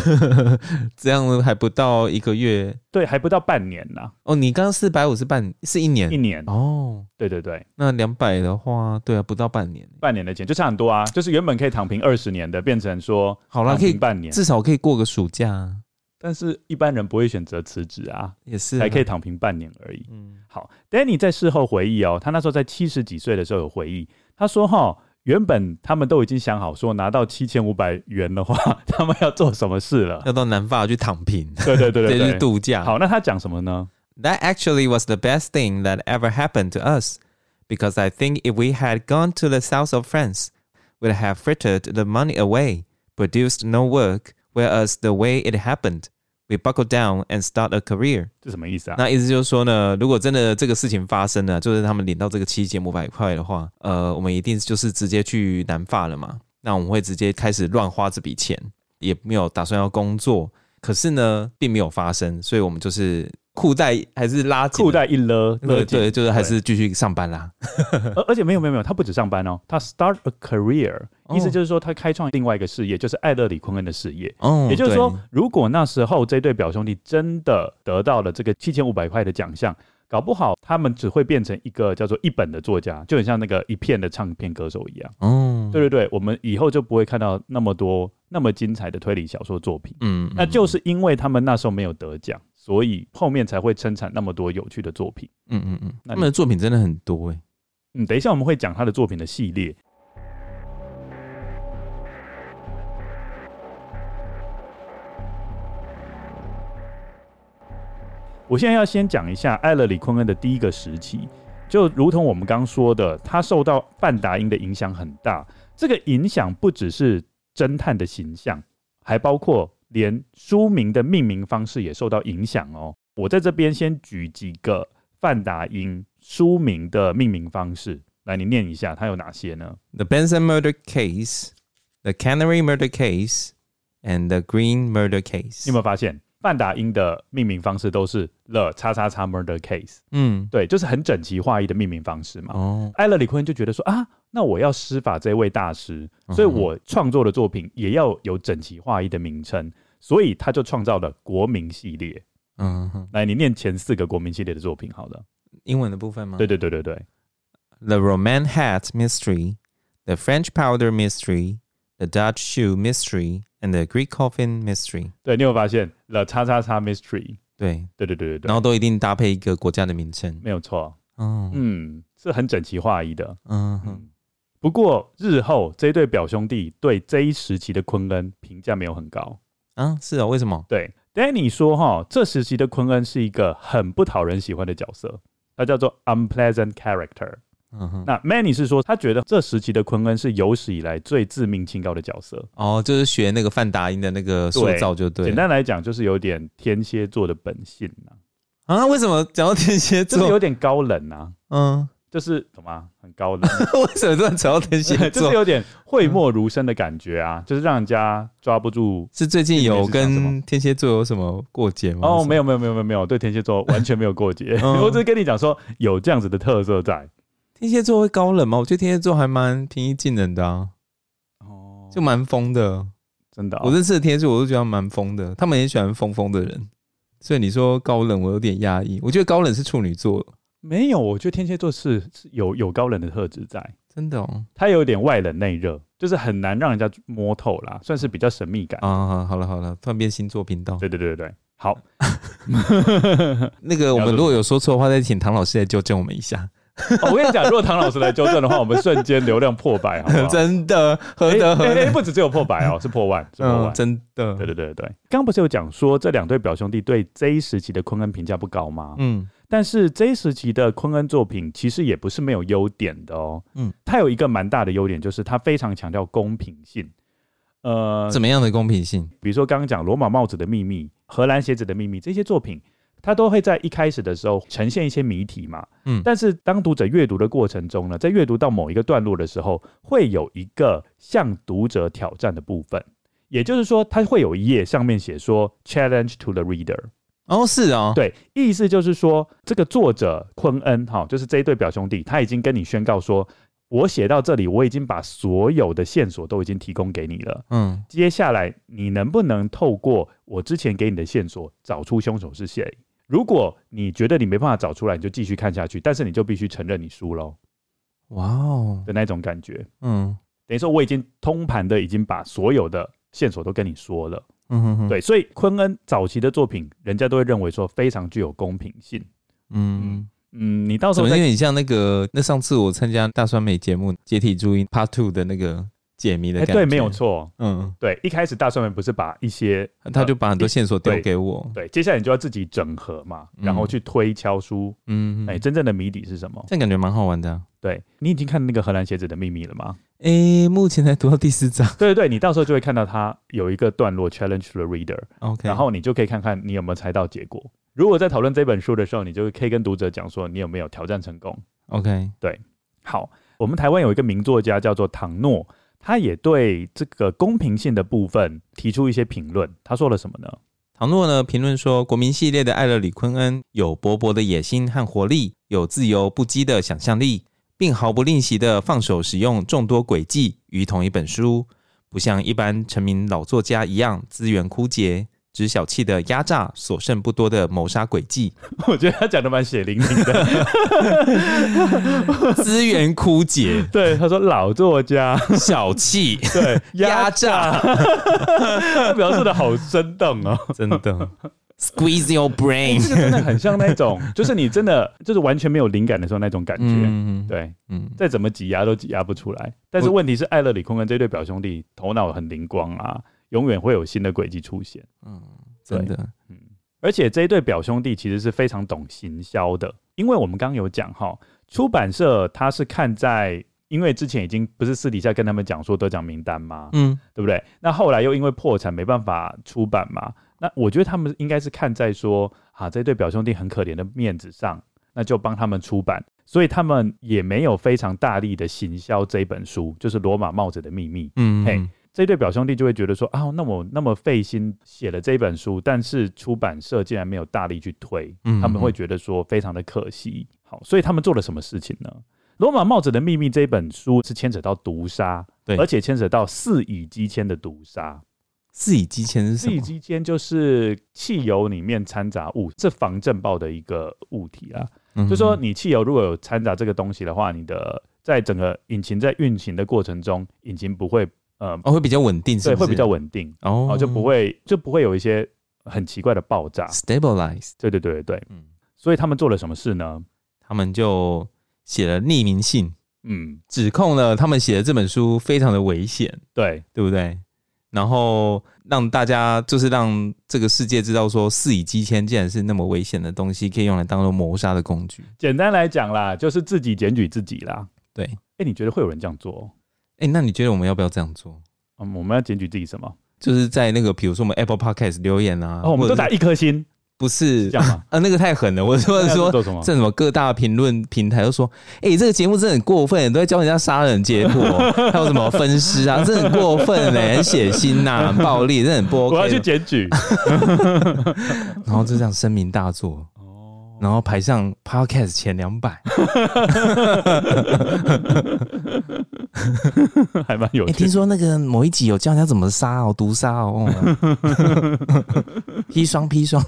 S1: 这样还不到一个月
S2: 对，还不到半年呐、
S1: 哦。你刚刚四百五是半是一年
S2: 一年。
S1: 哦，
S2: 对对对，
S1: 那两百的话，对啊，不到半年。
S2: 半年的钱就差很多啊，就是原本可以躺平二十年的，变成说
S1: 好啦，
S2: 躺
S1: 可
S2: 平
S1: 以
S2: 半年，
S1: 至少可以过个暑假，
S2: 但是一般人不会选择辞职啊，
S1: 也是
S2: 才可以
S1: 啦。
S2: 躺平半年而已。
S1: 嗯
S2: 好，Danny 在事后回忆哦，他那时候在七十几岁的时候有回忆，他说哈，原本他们都已经想好说拿到七千五百元的话， 他们要做什么事了。
S1: 要到南法去躺平，
S2: 对对对
S1: 对，
S2: 对
S1: 去
S2: 对。
S1: 度假。
S2: 好，那他讲什么呢？
S1: That actually was the best thing that ever happened to us, because I think if we had gone to the south of France, we'd have frittered the money away, produced no work, whereas the way it happened, we buckled down and start a career.
S2: 这什么意思啊？
S1: 那意思就是说呢，如果真的这个事情发生了，就是他们领到这个七千五百块的话，呃，我们一定就是直接去南法了嘛。那我们会直接开始乱花这笔钱，也没有打算要工作。可是呢，并没有发生，所以我们就是裤带还是拉紧了，
S2: 裤带一勒，勒
S1: 对
S2: 紧
S1: 对，就是还是继续上班啦。
S2: 而而且没有没有没有，他不止上班哦，他 start a career，、
S1: 哦
S2: 意思就是说他开创另外一个事业，就是艾勒里昆恩的事业。
S1: 哦
S2: 也就是说
S1: 对，
S2: 如果那时候这对表兄弟真的得到了这个七千五百块的奖项，搞不好他们只会变成一个叫做一本的作家，就很像那个一片的唱片歌手一样。
S1: 哦，
S2: 对对对，我们以后就不会看到那么多那么精彩的推理小说作品。
S1: 嗯，嗯，
S2: 那就是因为他们那时候没有得奖，所以后面才会生产那么多有趣的作品。
S1: 嗯嗯嗯，
S2: 那
S1: 他
S2: 你
S1: 们的作品真的很多哎、
S2: 嗯，等一下我们会讲他的作品的系列。我现在要先讲一下艾勒里·昆恩的第一个时期，就如同我们刚说的，他受到范达因的影响很大。这个影响不只是侦探的形象，还包括连书名的命名方式也受到影响哦。我在这边先举几个范达因书名的命名方式，来，你念一下，它有哪些呢？
S1: The Benson murder case, the Canary murder case, and the Green murder case。
S2: 你有没有发现范达因的命名方式都是 the 叉叉叉 murder case？
S1: 嗯，
S2: 对，就是很整齐划一的命名方式嘛。
S1: 哦，
S2: 艾勒里昆就觉得说啊，那我要施法这位大师，
S1: 嗯
S2: 所以我创作的作品也要有整齐划一的名称，所以他就创造了国民系列。
S1: 嗯哼，
S2: 来，你念前四个国民系列的作品好了。
S1: 英文的部分吗？
S2: 对对对对对，
S1: The Roman Hat Mystery, the French Powder Mystery, the Dutch Shoe Mystery, and the Greek Coffin Mystery。
S2: 对，你有发现 the 叉叉叉 mystery？
S1: 对，
S2: 对对对
S1: 然
S2: 对对，
S1: 后都一定搭配一个国家的名称。
S2: 没有错，
S1: 哦，
S2: 嗯，是很整齐划一的。
S1: 嗯哼，
S2: 嗯，不过日后这一对表兄弟对这一时期的昆恩评价没有很高。
S1: 啊，是哦，为什么？
S2: 对，Danny 说哈，这时期的昆恩是一个很不讨人喜欢的角色，他叫做 unpleasant character。
S1: 嗯哼，
S2: 那 Manny 是说，他觉得这时期的昆恩是有史以来最致命清高的角色。
S1: 哦，就是学那个范达因的那个塑造就对
S2: 简
S1: 了。
S2: 单来讲，就是有点天蝎座的本性啊，
S1: 啊，为什么讲到天蝎
S2: 就是有
S1: 座？
S2: 点高冷啊，
S1: 嗯，
S2: 就是懂吗？很高冷，
S1: 为什么突然讲到天 蝎
S2: 就是
S1: 座？
S2: 有点讳莫如深的感觉啊，就是让人家抓不住
S1: 是最近有
S2: 你们是讲什
S1: 跟
S2: 么
S1: 天蝎座有什么过节吗？
S2: 哦，没有没有没有没有没有，对天蝎座完全没有过节。
S1: 嗯
S2: 我只是跟你讲说有这样子的特色在，
S1: 天蝎座会高冷吗？我觉得天蝎座还蛮平易近人的啊，
S2: 哦，
S1: 就蛮疯的。
S2: 真的哦、
S1: 我认识的天蝎，我都觉得他们蛮疯的，他们也喜欢疯疯的人。所以你说高冷，我有点压抑。我觉得高冷是处女座，
S2: 没有，我觉得天蝎座是是有有高冷的特质在，
S1: 真的哦。
S2: 他有点外冷内热，就是很难让人家摸透啦，算是比较神秘感。
S1: 啊，好了好了，突然变星座频道。
S2: 对对对对对，好，
S1: 那个我们如果有说错的话，再请唐老师来纠正我们一下。
S2: 哦我跟你讲，如果唐老师来纠正的话，我们瞬间流量破百，好不 好？
S1: 真的，何德何
S2: 哎哎哎
S1: 能？
S2: 不止只有破百哦，是破万，是破
S1: 嗯，
S2: 万。
S1: 真
S2: 对
S1: 的，
S2: 对对对，刚刚不是有讲说这两对表兄弟对 J 时期的昆恩评价不高吗？
S1: 嗯
S2: 但是 J 时期的昆恩作品其实也不是没有优点的哦。
S1: 嗯
S2: 嗯，它有一个蛮大的优点，就是它非常强调公平性。呃，
S1: 怎么样的公平性？
S2: 比如说刚刚讲《罗马帽子的秘密》《荷兰鞋子的秘密》这些作品，它都会在一开始的时候呈现一些谜题嘛。
S1: 嗯
S2: 但是当读者阅读的过程中呢，在阅读到某一个段落的时候，会有一个向读者挑战的部分，也就是说，它会有一页上面写说 “challenge to the reader”。
S1: 哦，是哦，
S2: 对，意思就是说，这个作者昆恩哈、就是这一对表兄弟，他已经跟你宣告说，我写到这里，我已经把所有的线索都已经提供给你了。
S1: 嗯
S2: 接下来你能不能透过我之前给你的线索找出凶手是谁？如果你觉得你没办法找出来，你就继续看下去，但是你就必须承认你输喽
S1: 哇哦，
S2: 的那种感觉。
S1: 嗯
S2: 等于说我已经通盘的已经把所有的线索都跟你说了，
S1: 嗯哼哼，
S2: 对，所以昆恩早期的作品，人家都会认为说非常具有公平性。
S1: 嗯，
S2: 嗯，你到时
S1: 怎
S2: 候
S1: 么有
S2: 再
S1: 点像那个？那上次我参加大酸梅节目《解体注音 Part Two》的那个解谜的
S2: 哎，
S1: 感觉，
S2: 对，没有，错，
S1: 嗯，
S2: 对，一开始大蒜们不是把一些
S1: 他就把很多线索丢
S2: 对
S1: 给我，
S2: 对，接下来你就要自己整合嘛，然后
S1: 嗯
S2: 去推敲出
S1: 嗯，
S2: 哎、
S1: 哎，
S2: 真正的谜底是什么。
S1: 这样感觉蛮好玩的啊。
S2: 对你已经看那个荷兰鞋子的秘密了 吗？
S1: 哎，目前才读到第四章
S2: 对对对，你到时候就会看到它有一个段落 challenge the reader，
S1: ，OK，
S2: 然后你就可以看看你有没有猜到结果。如果在讨论这本书的时候，你就可以跟读者讲说你有没有挑战成功。
S1: OK，
S2: 好，我们台湾有一个名作家叫做唐诺，他也对这个公平性的部分提出一些评论。他说了什么呢？
S1: 唐诺呢评论说，国民系列的艾勒里·昆恩有勃勃的野心和活力，有自由不羁的想象力，并毫不吝惜地放手使用众多轨迹于同一本书，不像一般成名老作家一样资源枯竭，只小气的压榨所剩不多的谋杀轨 迹。
S2: 我觉得他讲的蛮血淋淋 的。
S1: 资源枯竭，
S2: 对，他说老作家
S1: 小气，
S2: 对
S1: 压榨，
S2: 他描述的好生动哦。
S1: 真的。Squeeze your brain，
S2: 这个真的很像 那种，就是你真的就是完全没有灵感的时候那种感觉。
S1: 嗯，
S2: 对，
S1: 嗯，
S2: 再怎么挤压都挤压不出来。但是问题是，艾勒里·空恩这对表兄弟头脑很灵光啊，永远会有新的轨迹出现。
S1: 真的，
S2: 嗯，而且这一对表兄弟其实是非常懂行销的，因为我们刚刚有讲哈，出版社他是看在。因为之前已经不是私底下跟他们讲说得奖名单吗？
S1: 嗯，
S2: 对不对？那后来又因为破产没办法出版嘛，那我觉得他们应该是看在说啊这对表兄弟很可怜的面子上，那就帮他们出版，所以他们也没有非常大力的行销这本书，就是《罗马帽子的秘密》。
S1: 嗯，
S2: 嘿这对表兄弟就会觉得说啊，那我那么费心写了这本书，但是出版社竟然没有大力去推，
S1: 嗯
S2: 他们会觉得说非常的可惜。好，所以他们做了什么事情呢？《罗马帽子的秘密》这本书是牵扯到毒杀，
S1: 对
S2: 而且牵扯到四乙基铅的毒杀。
S1: 自己机器人是什
S2: 四乙
S1: 么？
S2: 基铅就是汽油里面掺杂物，是防震爆的一个物体啦。
S1: 嗯
S2: 就说你汽油如果有掺杂这个东西的话，你的在整个引擎在运行的过程中，引擎不会呃，
S1: 哦，会比较稳定，是
S2: 对，
S1: 不
S2: 会
S1: 是
S2: 比较稳定。
S1: 哦
S2: 哦，就不会就不会有一些很奇怪的爆炸。
S1: stabilize。
S2: 对对对对对，
S1: 嗯，
S2: 所以他们做了什么事呢？
S1: 他们就写了匿名信，
S2: 嗯，
S1: 指控了他们写的这本书非常的危险，
S2: 对
S1: 对不对？然后让大家就是让这个世界知道说，四乙基铅竟然是那么危险的东西，可以用来当做谋杀的工具。
S2: 简单来讲啦，就是自己检举自己啦。
S1: 对，
S2: 哎、你觉得会有人这样做哦？
S1: 哎，那你觉得我们要不要这样做？
S2: 嗯，我们要检举自己什么？
S1: 就是在那个，比如说我们 Apple Podcast 留言啊，
S2: 哦，我们
S1: 或者
S2: 都
S1: 是
S2: 打一颗星，
S1: 不是
S2: 这 样吗？
S1: 啊，那个太狠了。我说
S2: 那
S1: 的
S2: 要
S1: 说，
S2: 做什么？
S1: 这什么各大评论平台都说，哎、这个节目真的很过分，都在教人家杀人解 剖，还有什么分尸啊，这很过分嘞、很血腥呐、 很暴力，这很不
S2: 我要去
S1: OK 的。
S2: 检举。
S1: 然后就这样声名大作，
S2: 哦，
S1: 然后排上 Podcast 前两百。
S2: 还蛮有
S1: 哎、
S2: 趣
S1: 听。说那个某一集有教人家怎么杀哦，毒杀哦， 砒霜砒霜，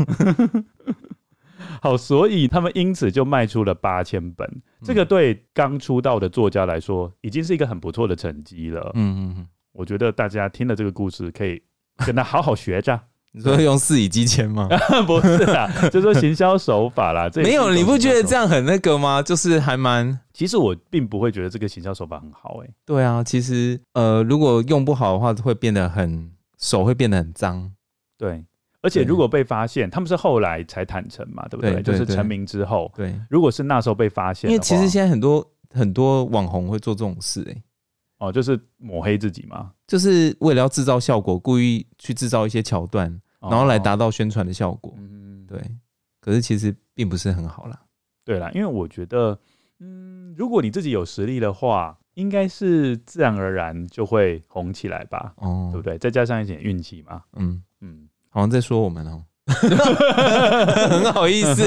S2: 好，所以他们因此就卖出了八千本，这
S1: 嗯
S2: 个对刚出道的作家来说，已经是一个很不错的成绩了。
S1: 嗯嗯嗯，
S2: 我觉得大家听了这个故事，可以跟他好好学着。
S1: 你说用四乙基签吗？
S2: 不是啦，就是说行销手法啦。这也是
S1: 没有，
S2: 一种
S1: 你不觉得这
S2: 行销手法？
S1: 样很那个吗？就是还蛮。
S2: 其实我并不会觉得这个行销手法很好、欸，
S1: 对啊，其实呃，如果用不好的话，会变得很手会变得很脏。
S2: 对。而且
S1: 对
S2: 如果被发现，他们是后来才坦诚嘛，对不对？
S1: 对对
S2: 就是
S1: 对
S2: 成名之后，
S1: 对，
S2: 如果是那时候被发现
S1: 因
S2: 的话，
S1: 为其实现在很多很多网红会做这种事、欸，
S2: 哦，就是抹黑自己嘛，
S1: 就是为了要制造效果，故意去制造一些桥段，
S2: 哦
S1: 然后来达到宣传的效果。
S2: 嗯，对
S1: 对，可是其实并不是很好啦。
S2: 对啦，因为我觉得，嗯，如果你自己有实力的话，应该是自然而然就会红起来吧，
S1: 哦，
S2: 对不对？再加上一点运气嘛，
S1: 嗯，
S2: 嗯，
S1: 好像在说我们 哦，很好意思，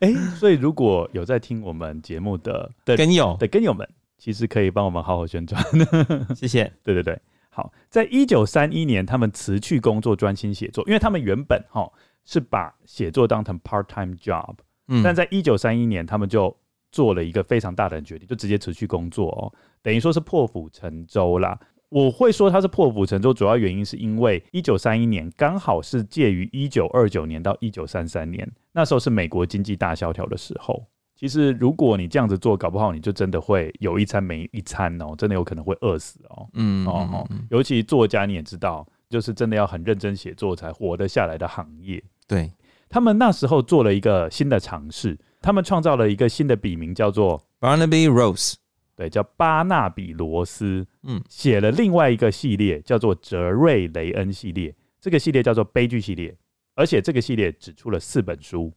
S2: 哎、所以如果有在听我们节目的的
S1: 跟友，
S2: 的跟友们，其实可以帮我们好好宣传。
S1: 谢谢。
S2: 对对对，好，在一九三一年，他们辞去工作，专心写作，因为他们原本哈是把写作当成 part time job，、
S1: 嗯
S2: 但在一九三一年，他们就做了一个非常大胆的决定，就直接辞去工作哦，等于说是破釜沉舟啦。我会说它是破釜沉舟，主要原因是因为一九三一年刚好是介于一九二九年到一九三三年，那时候是美国经济大萧条的时候。其实如果你这样子做，搞不好你就真的会有一餐没一餐哦，真的有可能会饿死哦。
S1: 嗯
S2: 哦
S1: 哦
S2: 哦，尤其作家你也知道，就是真的要很认真写作才活得下来的行业。
S1: 对，
S2: 他们那时候做了一个新的尝试，他们创造了一个新的笔名，叫做
S1: Barnaby Rose，
S2: 对，叫巴纳比罗斯。
S1: 嗯，
S2: 写了另外一个系列，叫做哲瑞雷恩系列。这个系列叫做悲剧系列，而且这个系列只出了四本书，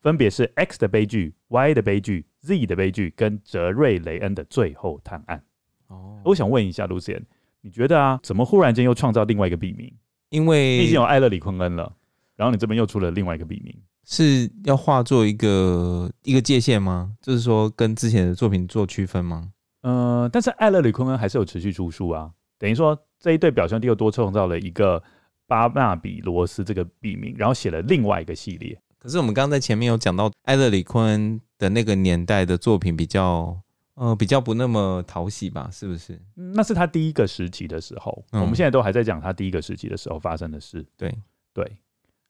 S2: 分别是 X 的悲剧、Y 的悲剧、Z 的悲剧跟哲瑞雷恩的最后探案。
S1: 哦
S2: 我想问一下 Lucian，你觉得啊，怎么忽然间又创造另外一个笔名？
S1: 因
S2: 你已
S1: 为
S2: 经有艾勒里昆恩了，然后你这边又出了另外一个笔名，
S1: 是要化作一个一个界限吗？就是说跟之前的作品做区分吗？
S2: 呃，但是艾勒里昆恩还是有持续出书啊，等于说这一对表兄弟又多创造了一个巴纳比罗斯这个笔名，然后写了另外一个系列。
S1: 可是我们刚刚在前面有讲到艾勒里昆恩的那个年代的作品比较，呃，比较不那么讨喜吧？是不是？
S2: 嗯那是他第一个时期的时候，
S1: 嗯
S2: 我们现在都还在讲他第一个时期的时候发生的事。
S1: 对
S2: 对，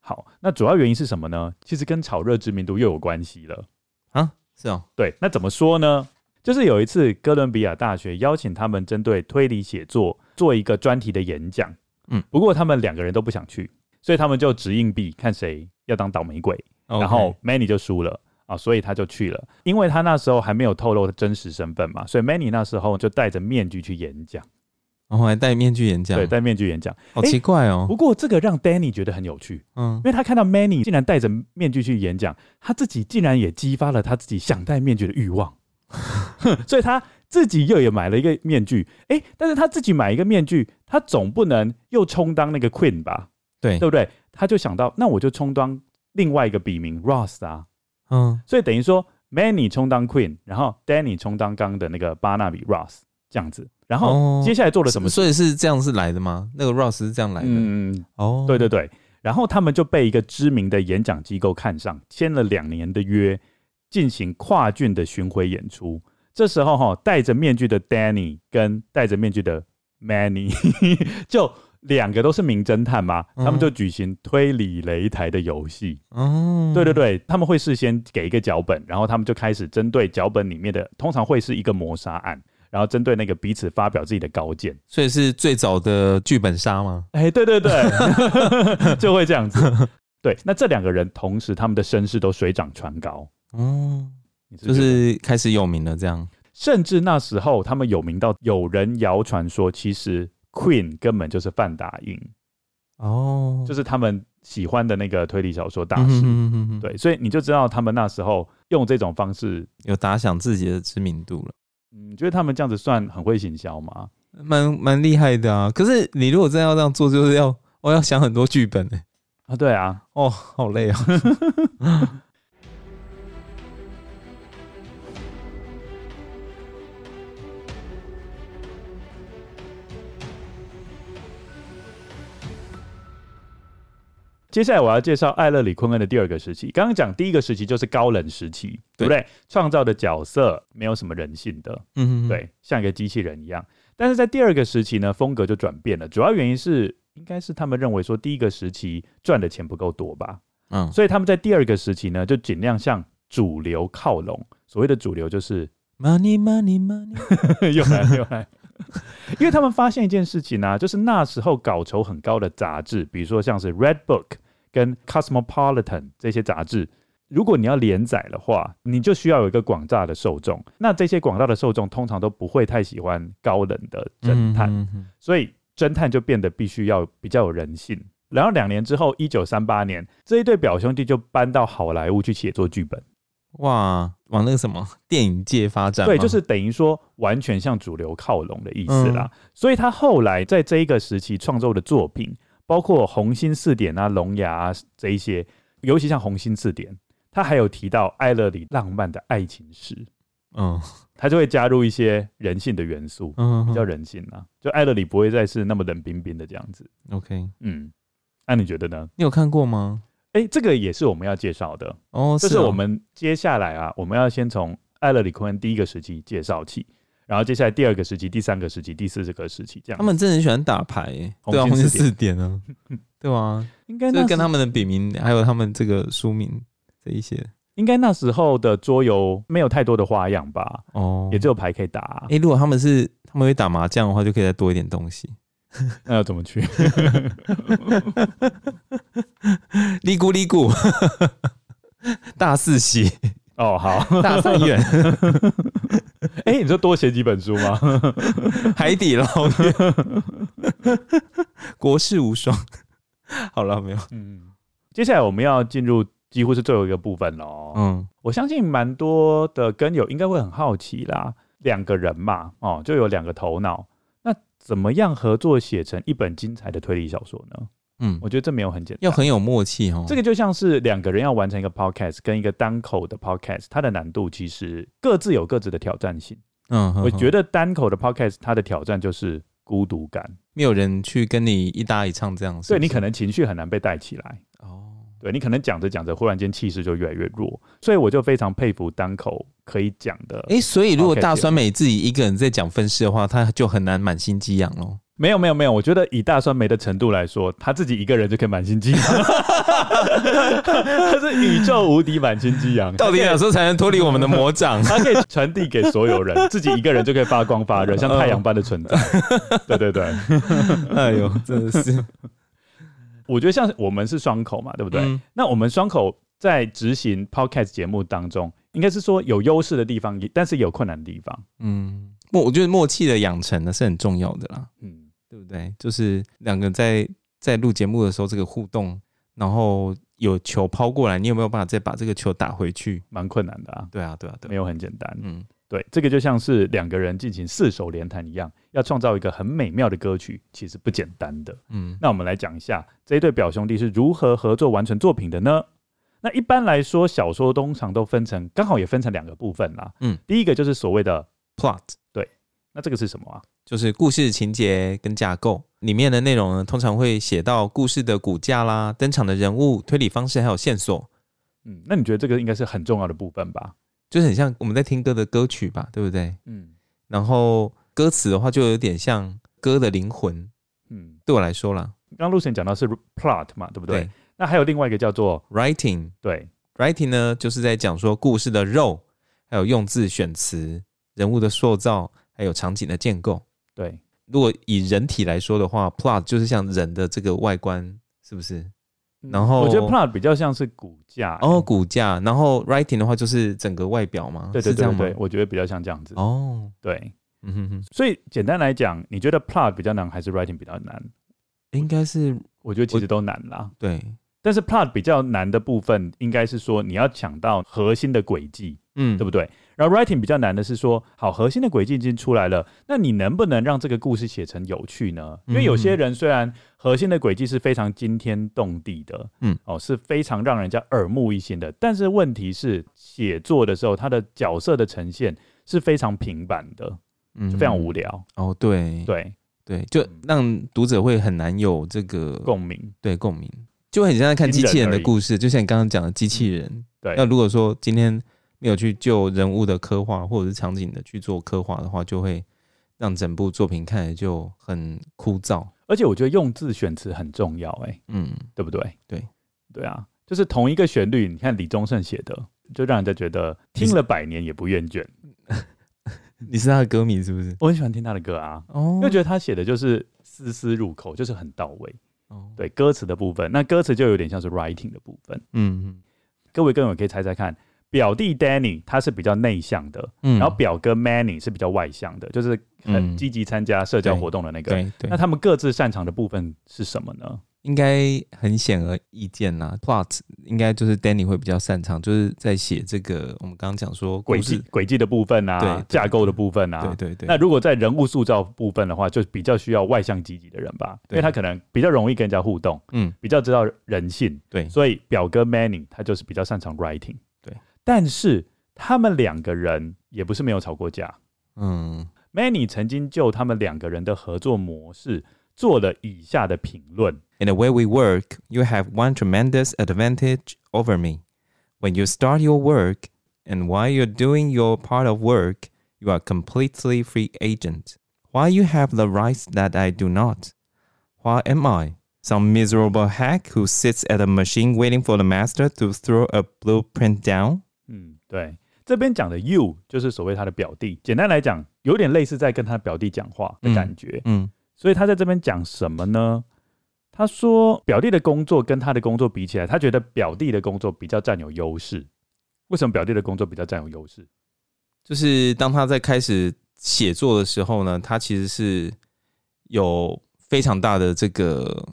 S2: 好，那主要原因是什么呢？其实跟炒热知名度又有关系了。
S1: 啊，是哦，
S2: 对，那怎么说呢？就是有一次，哥伦比亚大学邀请他们针对推理写作做一个专题的演讲。
S1: 嗯
S2: 嗯，不过他们两个人都不想去，所以他们就掷硬币，看谁要当倒霉鬼。
S1: 哦
S2: 然后 Manny 就输了啊，所以他就去了。因为他那时候还没有透露真实身份嘛，所以 Manny 那时候就戴着面具去演讲，
S1: 然后还戴面具演讲，
S2: 对，戴面具演讲。
S1: 好奇怪哦
S2: 不，过这个让 Danny 觉得很有趣，因
S1: 嗯，
S2: 为他看到 Manny 竟然戴着面具去演讲，他自己竟然也激发了他自己想戴面具的欲望，所以他自己又也买了一个面具。诶，但是他自己买一个面具，他总不能又充当那个 Queen 吧，
S1: 对
S2: 对，不对？他就想到，那我就充当另外一个笔名 Ross 啊。
S1: 嗯，
S2: 所以等于说，Manny 充当 Queen，然后 Danny 充当刚刚的那个巴纳比 Ross 这样子。然
S1: 哦
S2: 后接下来做了什么事？
S1: 所以是这样是来的吗？那个 Ross 是这样来的，
S2: 嗯，
S1: 哦，
S2: 对对对。然后他们就被一个知名的演讲机构看上，签了两年的约，进行跨郡的巡回演出。这时候哈、戴着面具的 Danny 跟戴着面具的 Manny 就两个都是名侦探嘛，他们就举行推理擂台的游戏。
S1: 哦，
S2: 对对，对，他们会事先给一个脚本，然后他们就开始针对脚本里面的，通常会是一个谋杀案，然后针对那个彼此发表自己的高见。
S1: 所以是最早的剧本杀吗？
S2: 哎，对对对， 就会这样子。对，那这两个人同时他们的身世都水涨船高，
S1: 哦，
S2: 你不
S1: 就
S2: 觉得
S1: 是开始有名了这样，
S2: 甚至那时候他们有名到有人谣传说，其实 Queen 根本就是范达因，
S1: 哦，
S2: 就是是他们喜欢的那个推理小说大师。
S1: 嗯
S2: 对，所以你就知道他们那时候用这种方式，
S1: 有打响自己的知名度了。
S2: 嗯，你觉得他们这样子算很会行销吗？
S1: 蛮蛮厉害的啊！可是你如果真的要这样做，就是要我、哦、要想很多剧本呢、
S2: 啊，对啊，
S1: 哦，好累啊！
S2: 接下来我要介绍艾勒里·昆恩的第二个时期。刚刚讲第一个时期就是高冷时期，对不对？创造的角色没有什么人性的，
S1: 嗯，
S2: 对，像一个机器人一样。但是在第二个时期呢，风格就转变了，主要原因是应该是他们认为说第一个时期赚的钱不够多吧，
S1: 嗯，
S2: 所以他们在第二个时期呢，就尽量向主流靠拢。所谓的主流就是
S1: money money money，
S2: 又来又来，因为他们发现一件事情啊，就是那时候稿酬很高的杂志，比如说像是《Red Book》跟《Cosmopolitan》这些杂志。如果你要连载的话，你就需要有一个广大的受众。那这些广大的受众通常都不会太喜欢高冷的侦探，
S1: 嗯嗯
S2: 所以侦探就变得必须要比较有人性。然后两年之后，一九三八年，这一对表兄弟就搬到好莱坞去写作剧本。
S1: 哇，往那个什么电影界发展吗，
S2: 对，就是等于说完全向主流靠拢的意思啦。
S1: 嗯
S2: 所以他后来在这一个时期创作的作品，包括《红星字典》啊、《聋哑》啊这一些，尤其像《红星字典》，他还有提到艾勒里浪漫的爱情史，
S1: 嗯
S2: 他就会加入一些人性的元素，
S1: 嗯
S2: 比
S1: 嗯
S2: 较人性啊。就艾勒里不会再是那么冷冰冰的这样子。
S1: ，OK，
S2: 嗯，那、你觉得呢？
S1: 你有看过吗？
S2: 哎、这个也是我们要介绍的，
S1: 哦，
S2: 这是
S1: 哦
S2: 我们接下来啊，我们要先从艾勒里·昆恩第一个时期介绍起，然后接下来第二个时期、第三个时期、第四个时期，这样
S1: 他们真的很喜欢打牌耶，
S2: 红
S1: 对啊，
S2: 星
S1: 红星
S2: 四
S1: 四点 啊，对啊，
S2: 应该
S1: 这
S2: 那
S1: 个
S2: 时
S1: 跟他们的笔名还有他们这个书名这一些
S2: 应该那时候的桌游没有太多的花样吧，
S1: 哦，
S2: 也只有牌可以打、啊
S1: 哎、。如果他们是他们会打麻将的话，就可以再多一点东西。
S2: 那要怎么 去？
S1: 哩咕哩咕， 大四喜，
S2: 哦，好，
S1: 大三 元，
S2: 哎、你说多写几本书吗？
S1: 海底捞月，国士无双。好了，没有，
S2: 嗯，接下来我们要进入几乎是最后一个部分喽。
S1: 嗯
S2: 我相信蛮多的跟友应该会很好奇啦，两个人嘛，哦，就有两个头脑，那怎么样合作写成一本精彩的推理小说呢？
S1: 嗯，
S2: 我觉得这没有很简单，
S1: 要很有默契哦。
S2: 这个就像是两个人要完成一个 podcast 跟一个单口的 podcast，它的难度其实各自有各自的挑战性。
S1: 嗯，
S2: 我觉
S1: 得
S2: 得单口的 podcast 它的挑战就是孤独感，
S1: 没有人去跟你一搭一唱这样，
S2: 所以你
S1: 可
S2: 可能情绪很难被带起来。
S1: 哦，
S2: 对你可能讲着讲着，忽然间气势就越来越弱，所以我就非常佩服单口可以讲的。
S1: 哎、所以如果
S2: OK，
S1: 大酸梅自己一个人在讲分尸的话，他就很难满心激扬喽。
S2: 没有没有没有，我觉得以大酸梅的程度来说，他自己一个人就可以满心激扬，他是宇宙无敌满心激扬，
S1: 到底哪时候才能脱离我们的魔掌？
S2: 他可以传递给所 有人，自己一个人就可以发光发热，像
S1: 嗯
S2: 太阳般的存在。对对对，
S1: 哎呦，真的是，
S2: 我觉得像我们是双口嘛，对不对？
S1: 嗯
S2: 那我们双口在执行 podcast 节目当中，应该是说有优势的地方，也但是也有困难的地方。
S1: 嗯，默我觉得默契的养成呢是很重要的啦，
S2: 嗯，
S1: 对不对？就是两个在在录节目的时候这个互动，然后有球抛过来，你有没有办法再把这个球打回去？
S2: 蛮困难的啊，
S1: 对啊，对啊，对
S2: 没
S1: 啊，
S2: 有很简单。
S1: 嗯，
S2: 对，这个就像是两个人进行四手联弹一样，要创造一个很美妙的歌曲，其实不简单的。
S1: 嗯，
S2: 那我们来讲一下这一对表兄弟是如何合作完成作品的呢？那一般来说，小说通常都分成，刚好也分成两个部分啦。
S1: 嗯，
S2: 第一个就是所谓的，
S1: plot
S2: 那这个是什么啊？
S1: 就是故事情节跟架构里面的内容呢，通常会写到故事的骨架啦、登场的人物、推理方式还有线索，
S2: 嗯，那你觉得这个应该是很重要的部分吧？
S1: 就是很像我们在听歌的歌曲吧，对不对？
S2: 嗯
S1: 然后歌词的话，就有点像歌的灵魂，
S2: 嗯，
S1: 对我来说啦，
S2: 刚陆晨讲到是 plot 嘛，对不对？
S1: 对
S2: 那还有另外一个叫做
S1: ，writing。
S2: 对，
S1: Writing 呢，就是在讲说故事的肉，还有用字选词、人物的塑造，还有场景的建构。
S2: 对，
S1: 如果以人体来说的话，plot 就是像人的这个外观，是不是？
S2: 嗯
S1: 然后
S2: 我觉得 plot 比较像是骨架，欸
S1: 哦，骨架，然后 writing 的话就是整个外表嘛，
S2: 对对
S1: 是这
S2: 对
S1: 样
S2: 对，
S1: 吗？
S2: 我觉得比较像这样子。
S1: 哦，
S2: 对，
S1: 嗯哼哼，
S2: 所以简单来讲，你觉得 plot 比较难还是 writing 比较难？
S1: 应该是
S2: 我觉得其实都难啦。
S1: 对，
S2: 但是 plot 比较难的部分，应该是说你要抢到核心的轨迹，
S1: 嗯，
S2: 对不对？然后 writing 比较难的是说，好，核心的轨迹已经出来了，那你能不能让这个故事写成有趣呢？因为有
S1: 嗯
S2: 些人虽然核心的轨迹是非常惊天动地的，
S1: 嗯，
S2: 哦，是非常让人家耳目一新的，但是问题是写作的时候，他的角色的呈现是非常平板的，
S1: 嗯
S2: 就非常无聊，
S1: 哦，对
S2: 对，嗯
S1: 对，就让读者会很难有这个
S2: 共鸣。
S1: 对共鸣。就很像在看机器人
S2: 因人而
S1: 的
S2: 异嗯
S1: 故事，就像你刚刚讲的机器人。
S2: 对
S1: 那如果说今天没有去就人物的刻画或者是场景的去做刻画的话，就会让整部作品看起来就很枯燥。
S2: 而且我觉得用字选词很重要、哎，
S1: 嗯，
S2: 对不对？
S1: 对，
S2: 对啊，就是同一个旋律，你看李宗盛写的，就让人家觉得听了百年也不厌倦。
S1: 你是他的歌迷是不是？
S2: 我很喜欢听他的歌啊，
S1: 哦
S2: 因为觉得他写的就是丝丝入口，就是很到位。
S1: 哦，
S2: 对歌词的部分，那歌词就有点像是 writing 的部分。
S1: 嗯
S2: 各位跟友可以猜猜看，表弟 Danny 他是比较内向的，
S1: 嗯，
S2: 然后表哥 Manny 是比较外向的，就是很
S1: 嗯
S2: 积极参加社交活动的那个。
S1: 对对
S2: 那，他们各自擅长的部分是什么呢？
S1: 应该很显而易见啦。Plot 应该就是 Danny 会比较擅长，就是在写这个我们刚刚讲说故
S2: 轨
S1: 事
S2: 迹，轨迹的部分
S1: 对
S2: 啊
S1: 对，
S2: 架构的部分啊，
S1: 对对对。
S2: 那如果在人物塑造部分的话，就比较需要外向积极的人吧，因
S1: 对
S2: 为他可能比较容易跟人家互动，
S1: 嗯，
S2: 比较知道人性。
S1: 对
S2: 所以表哥 Manning 他就是比较擅长 writing。
S1: 嗯对，
S2: 但是他们两个人也不是没有吵过架。
S1: 嗯
S2: Manning 曾经就他们两个人的合作模式做了以下的评论。
S1: ，In the way we work, you have one tremendous advantage over me. When you start your work and while you're doing your part of work, you are completely free agent. Why you have the rights that I do not? Why am I? Some miserable hack who sits at a machine waiting for the master to throw a blueprint down?
S2: 嗯，对，这边讲的 you 就是所谓他的表弟，简单来讲，有点类似在跟他表弟讲话的感觉。
S1: 嗯，
S2: 所以他在这边讲什么呢？他说，表弟的工作跟他的工作比起来，他觉得表弟的工作比较占有优势。为什么表弟的工作比较占有优势？
S1: 就是当他在开始写作的时候呢，他其实是有非常大的这个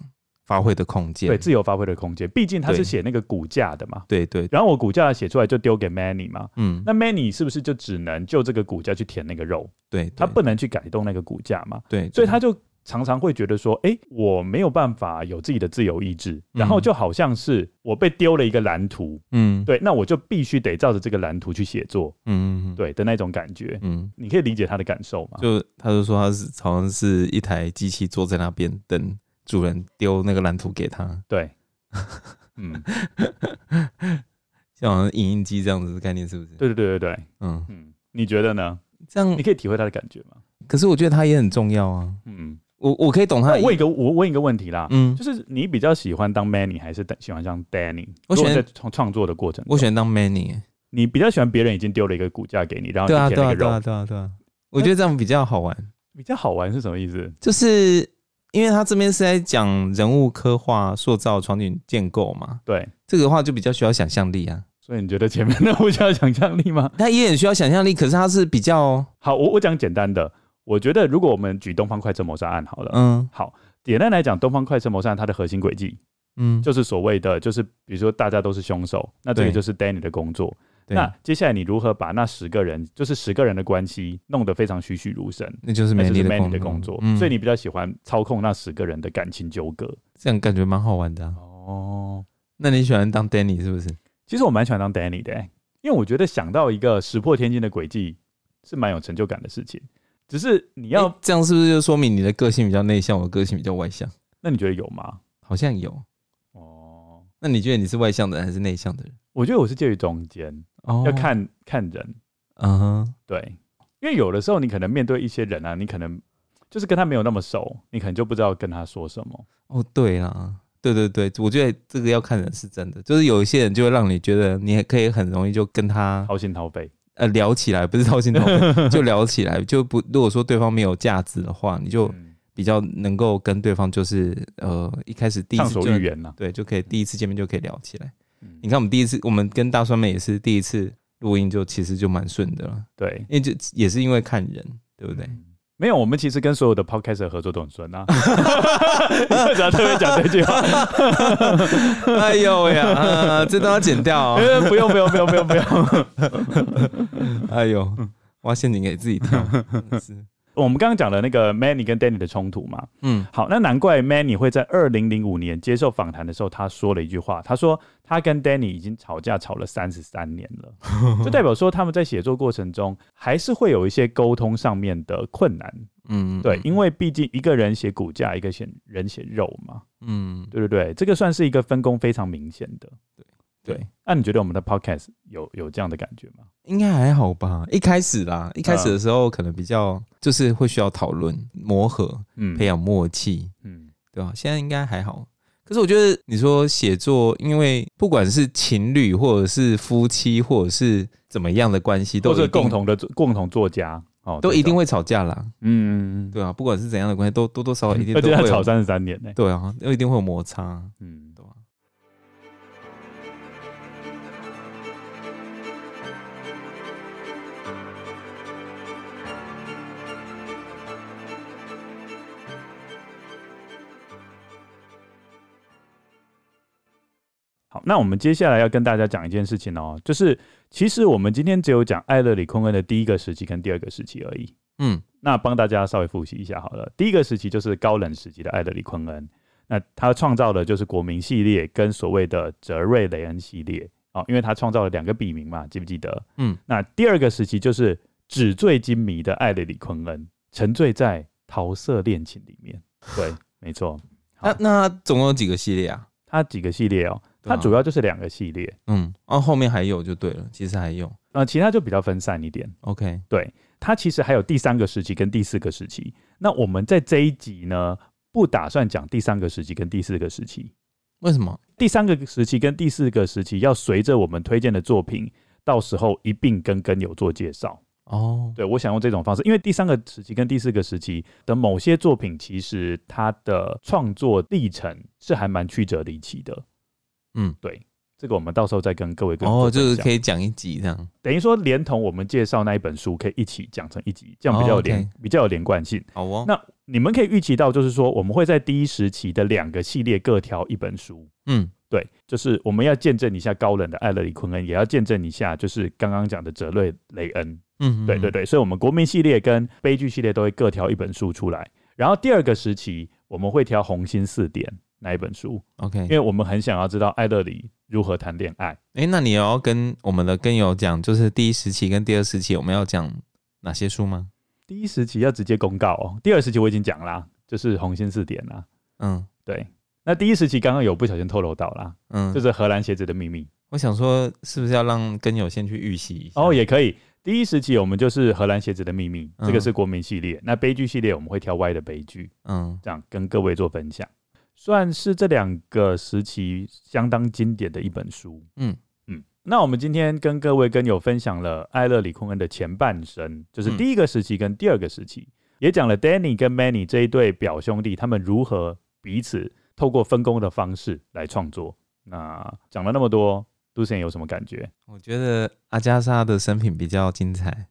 S1: 发挥的空间。
S2: 对，自由发挥的空间。毕竟他是
S1: 对
S2: 写那个骨架的嘛，
S1: 对对，
S2: 然后我骨架写出来就丢给 Manny 嘛，
S1: 嗯，
S2: 那 Manny 是不是就只能就这个骨架去填那个肉？
S1: 对，
S2: 他
S1: 对
S2: 不能去改动那个骨架嘛？
S1: 对，
S2: 所
S1: 对
S2: 以他就常常会觉得说，哎、我没有办法有自己的自由意志，然
S1: 嗯
S2: 后就好像是我被丢了一个蓝图，
S1: 嗯
S2: 对，那我就必须得照着这个蓝图去写作。
S1: 嗯嗯
S2: 对啊的那种感觉，
S1: 嗯，
S2: 你可以理解他的感受吗？
S1: 就他就说他是好像是一台机器坐在那边等主人丢那个蓝图给他，
S2: 对，嗯，
S1: 像好像影印机这样子的概念是不是？
S2: 对对对对对，
S1: 嗯，
S2: 嗯，你觉得呢？
S1: 这样
S2: 你可以体会他的感觉吗？
S1: 可是我觉得他也很重要啊，
S2: 嗯，
S1: 我我可以懂他
S2: 那
S1: 的
S2: 我
S1: 意，
S2: 问一个，我问一个问题啦，
S1: 嗯，
S2: 就是你比较喜欢当 Manny 还是喜欢当 Danny？
S1: 我
S2: 如果
S1: 选
S2: 在创创作的过程中，
S1: 我喜欢当 many，
S2: 你比较喜欢别人已经丢了一个骨架给你，然后
S1: 对啊
S2: 你
S1: 对
S2: 填了
S1: 啊
S2: 一个
S1: 对
S2: 肉，
S1: 啊对啊对啊，我觉得这样比较好玩。
S2: 比较好玩是什么意思？
S1: 就是因为他这边是在讲人物刻画、塑造、场景建构嘛，
S2: 对，
S1: 这个的话就比较需要想象力啊。
S2: 所以你觉得前面的不需要想象力吗？
S1: 他也很需要想象力，可是他是比较
S2: 好， 我我讲简单的，我觉得如果我们举《东方快车谋杀案》好了，
S1: 嗯
S2: 好，简单来讲，《东方快车谋杀案》它的核心轨迹
S1: 嗯，
S2: 就是所谓的，就是比如说大家都是凶手，那这个
S1: 对
S2: 就是 Danny 的工作。
S1: 对，
S2: 那接下来你如何把那十个人，就是十个人的关系弄得非常栩栩如生？
S1: 那就是
S2: 那
S1: 美
S2: 就是
S1: 丽
S2: Manny
S1: 工
S2: 的工作，
S1: 嗯
S2: 所以你比较喜欢操控那十个人的感情纠葛。
S1: 这样感觉蛮好玩的、啊。
S2: 哦，
S1: 那你喜欢当 Danny 是不是？
S2: 其实我蛮喜欢当 Danny 的欸、因为我觉得想到一个石破天惊的轨迹是蛮有成就感的事情。只是你要，
S1: 诶这样是不是就说明你的个性比较内向，我的个性比较外向？
S2: 那你觉得有吗？
S1: 好像有。
S2: 哦，
S1: 那你觉得你是外向的人还是内向的人？
S2: 我觉得我是介于中间，
S1: 哦
S2: 要，看看人。
S1: 嗯哼，
S2: 对，因为有的时候你可能面对一些人啊，你可能就是跟他没有那么熟，你可能就不知道跟他说什么。
S1: 哦，对啦，对对对，我觉得这个要看人是真的，就是有一些人就会让你觉得你也可以很容易就跟他
S2: 掏心掏肺，
S1: 呃聊起来，不是掏心掏肺，就聊起来，就不如果说对方没有价值的话，你就
S2: 嗯
S1: 比较能够跟对方就是呃一开始第一
S2: 畅
S1: 次
S2: 所
S1: 就
S2: 欲言呐、
S1: 对就可以第一次见面就可以聊起来。
S2: 嗯
S1: 你看我们第一次，我们跟大酸妹也是第一次录音，就其实就蛮顺的了，
S2: 对，
S1: 因为就也是因为看人，对不对？
S2: 嗯没有，我们其实跟所有的 podcaster 合作都很顺 啊。为啥特别讲这句话？
S1: 哎呦喂呀、啊，这都要剪掉、哦。
S2: 呃 不用不用不用 不用不用。
S1: 哎呦，挖陷阱给自己跳，真的是
S2: 我们刚刚讲的那个 Manny 跟 Danny 的冲突嘛，
S1: 嗯，
S2: 好，那难怪 Manny 会在二零零五年接受访谈的时候，他说了一句话，他说他跟 Danny 已经吵架吵了三十三年 了，就代表说他们在写作过程中还是会有一些沟通上面的困难，
S1: 嗯，
S2: 对，因为毕竟一个人写骨架，一个写人写肉嘛，
S1: 嗯，
S2: 对对对，这个算是一个分工非常明显的。
S1: 对，
S2: 那、你觉得我们的 Podcast 有有这样的感觉吗？
S1: 应该还好吧。一开始啦，一开始的时候可能比较就是会需要讨论、磨合、
S2: 嗯
S1: 培养默契，
S2: 嗯
S1: 对吧、现在应该还好。可是我觉得你说写作，因为不管是情侣或者是夫妻，或者是怎么样的关系，都
S2: 或
S1: 一
S2: 者
S1: 定
S2: 共同的共同作家哦，
S1: 都一定
S2: 会
S1: 会吵架啦，
S2: 嗯，
S1: 对啊，不管是怎样的关系，都多多少少一 定
S2: 而
S1: 都
S2: 且
S1: 会
S2: 他
S1: 有
S2: 吵三十三年呢、
S1: 对啊，都一定会有摩擦，
S2: 嗯，
S1: 对吧、
S2: 好，那我们接下来要跟大家讲一件事情哦，就是其实我们今天只有讲艾勒里·昆恩的第一个时期跟第二个时期而已。
S1: 嗯，
S2: 那帮大家稍微复习一下好了，第一个时期就是高冷时期的艾勒里·昆恩，那他创造的就是国民系列跟所谓的泽瑞·雷恩系列哦，因为他创造了两个笔名嘛，记不记得？
S1: 嗯，
S2: 那第二个时期就是纸醉金迷的艾勒里·昆恩，沉醉在桃色恋情里面。 对，没错，好
S1: 那那它总共有几个系列啊？
S2: 他几个系列哦，
S1: 对啊
S2: 他主要就是两个系列，
S1: 嗯，哦，后面还有就对了，其实还有。
S2: 呃，其他就比较分散一点。
S1: OK，
S2: 它其实还有第三个时期跟第四个时期。那我们在这一集呢，不打算讲第三个时期跟第四个时期。
S1: 为什么？
S2: 第三个时期跟第四个时期要随着我们推荐的作品，到时候一并跟跟友做介绍。
S1: 哦，
S2: 对我想用这种方式，因为第三个时期跟第四个时期的某些作品，其实它的创作历程是还蛮曲折离奇的。
S1: 嗯，
S2: 对，这个我们到时候再跟各位跟
S1: 哦，就是可
S2: 以
S1: 以讲一集这样。
S2: 等于说连同我们介绍那一本书，可以一起讲成一集，这样比较有
S1: 哦
S2: 连、
S1: ，OK
S2: 比较有连贯性。
S1: 好哦，
S2: 那你们可以预期到，就是说我们会在第一时期的两个系列各挑一本书。
S1: 嗯，
S2: 对，就是我们要见证一下高冷的艾勒里·昆恩，也要见证一下就是刚刚讲的哲瑞雷恩。
S1: 嗯，
S2: 对对，对，所以我们国民系列跟悲剧系列都会各挑一本书出来。然后第二个时期，我们会挑《红心四点》那一本书，
S1: 嗯 OK
S2: 因。为我们很想要知道艾勒里如何谈恋爱。
S1: 哎，那你也要跟我们的跟友讲，就是第一时期跟第二时期，我们要讲哪些书吗？
S2: 第一时期要直接公告哦，第二时期我已经讲啦，就是《红心四点》啦。
S1: 嗯
S2: 对，那第一时期刚刚有不小心透露到啦，
S1: 嗯，
S2: 就
S1: 就是
S2: 是荷兰鞋子的秘密。
S1: 我想说，是不是要让跟友先去预习一下？
S2: 哦，也可以。第一时期我们就是荷兰鞋子的秘密，
S1: 嗯
S2: 这个是国民系列。那悲剧系列我们会挑歪的悲剧，
S1: 嗯
S2: 这样跟各位做分享，算是这两个时期相当经典的一本书。
S1: 嗯
S2: 嗯，那我们今天跟各位跟友分享了艾勒里·昆恩的前半生，就是
S1: 嗯
S2: 第一个时期跟第二个时期，也讲了 Danny 跟 Manny 这一对表兄弟他们如何彼此透过分工的方式来创作。那讲了那么多，杜贤有什么感觉？
S1: 我觉得阿加莎的生平比较精彩。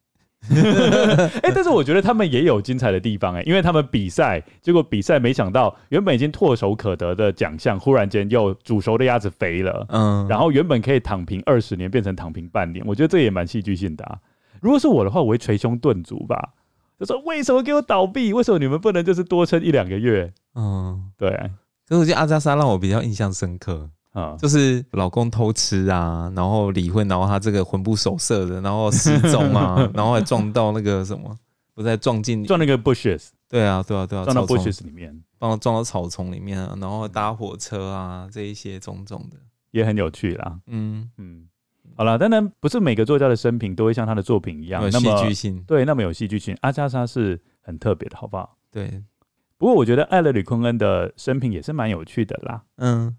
S2: 哎、但是我觉得他们也有精彩的地方哎、因为他们比赛，结果比赛没想到原本已经唾手可得的奖项，忽然间又煮熟的鸭子肥了，
S1: 嗯，
S2: 然后原本可以躺平二十年，变成躺平半年，我觉得这也蛮戏剧性的、啊。如果是我的话，我会捶胸顿足吧，就说为什么给我倒闭？为什么你们不能就是多撑一两个月？
S1: 嗯，
S2: 对，
S1: 可是我觉得阿加莎让我比较印象深刻。
S2: 啊、
S1: 就是老公偷吃啊，然后离婚，然后她这个魂不守舍的，然后失踪 啊，然后还撞到那个什么，不是撞进
S2: 撞那个 bushes，
S1: 对啊对啊对啊，
S2: 撞到
S1: 草丛
S2: bushes 里面
S1: 帮我撞到草丛里面啊，然后
S2: 嗯
S1: 搭火车啊，这一些种种的，
S2: 也很有趣啦。
S1: 嗯，
S2: 嗯，好啦，当然不是每个作家的生平都会像他的作品一样
S1: 有
S2: 那
S1: 戏
S2: 么
S1: 剧性，
S2: 对，那么有戏剧性。阿加莎是很特别的，好不好？
S1: 对，
S2: 不过我觉得艾勒里·昆恩的生平也是蛮有趣的啦。
S1: 嗯，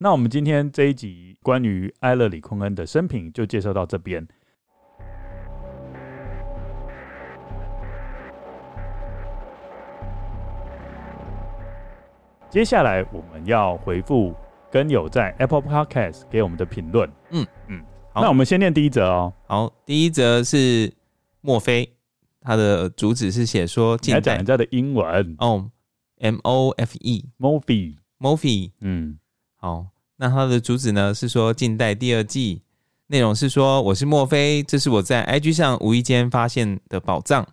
S2: 那我们今天这一集关于艾勒里·昆恩的生平就介绍到这边。接下来我们要回复跟友在 Apple Podcast 给我们的评论。
S1: 嗯
S2: 嗯，
S1: 好
S2: 那我们先念第一则哦。
S1: 好，第一则是墨菲，他的主旨是写说
S2: 你来
S1: 近
S2: 讲
S1: 代
S2: 人家的英文
S1: 哦，M O F E
S2: ，Mofi。
S1: Mofi
S2: 嗯，
S1: 好，那它的主旨呢是说近代第二季，内容是说我是墨菲，这是我在 IG 上无意间发现的宝藏。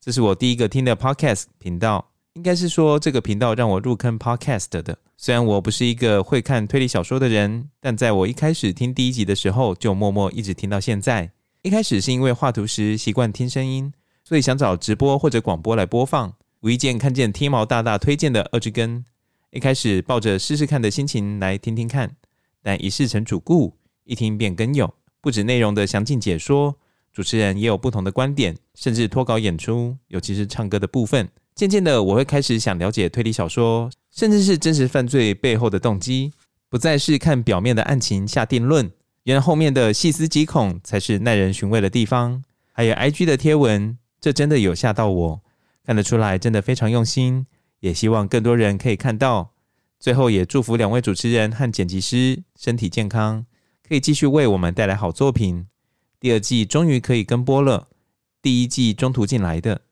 S1: 这是我第一个听的 podcast 频道，应该是说这个频道让我入坑 podcast 的。虽然我不是一个会看推理小说的人，但在我一开始听第一集的时候，就默默一直听到现在。一开始是因为画图时习惯听声音，所以想找直播或者广播来播放。无意间看见 T 毛大大推荐的《二之根》，一开始抱着试试看的心情来听听看，但一试成主顾，一听便更有。不止内容的详尽解说，主持人也有不同的观点，甚至脱稿演出，尤其是唱歌的部分。渐渐的，我会开始想了解推理小说，甚至是真实犯罪背后的动机，不再是看表面的案情下定论。原来后面的细思极恐才是耐人寻味的地方。还有 IG 的贴文，这真的有吓到我，看得出来真的非常用心，也希望更多人可以看到。最后也祝福两位主持人和剪辑师身体健康，可以继续为我们带来好作品。第二季终于可以跟播了，第一季中途进来的。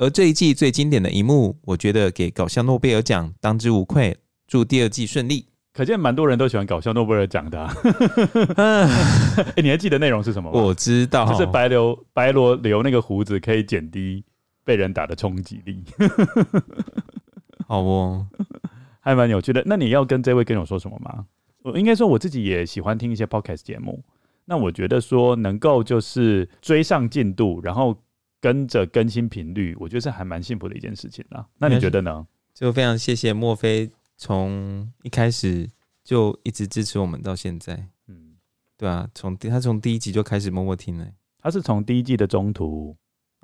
S1: 而这一季最经典的一幕，我觉得给搞笑诺贝尔奖当之无愧。祝第二季顺利。
S2: 可见蛮多人都喜欢搞笑诺贝尔奖的、啊。哎、你还记得内容是什么吗？
S1: 我哦知道，
S2: 就是白留白罗留那个胡子可以减低被人打的冲击力，
S1: 好哦。
S2: 还蛮有趣的。那你要跟这位跟友说什么吗？我应该说我自己也喜欢听一些 podcast 节目。那我觉得说能够就是追上进度，然后跟着更新频率，我觉得是还蛮幸福的一件事情啦。那你觉得呢？
S1: 就非常谢谢墨菲，从一开始就一直支持我们到现在。
S2: 嗯，
S1: 对啊，从第他从第一集就开始默默听了、
S2: 他是从第一季的中途，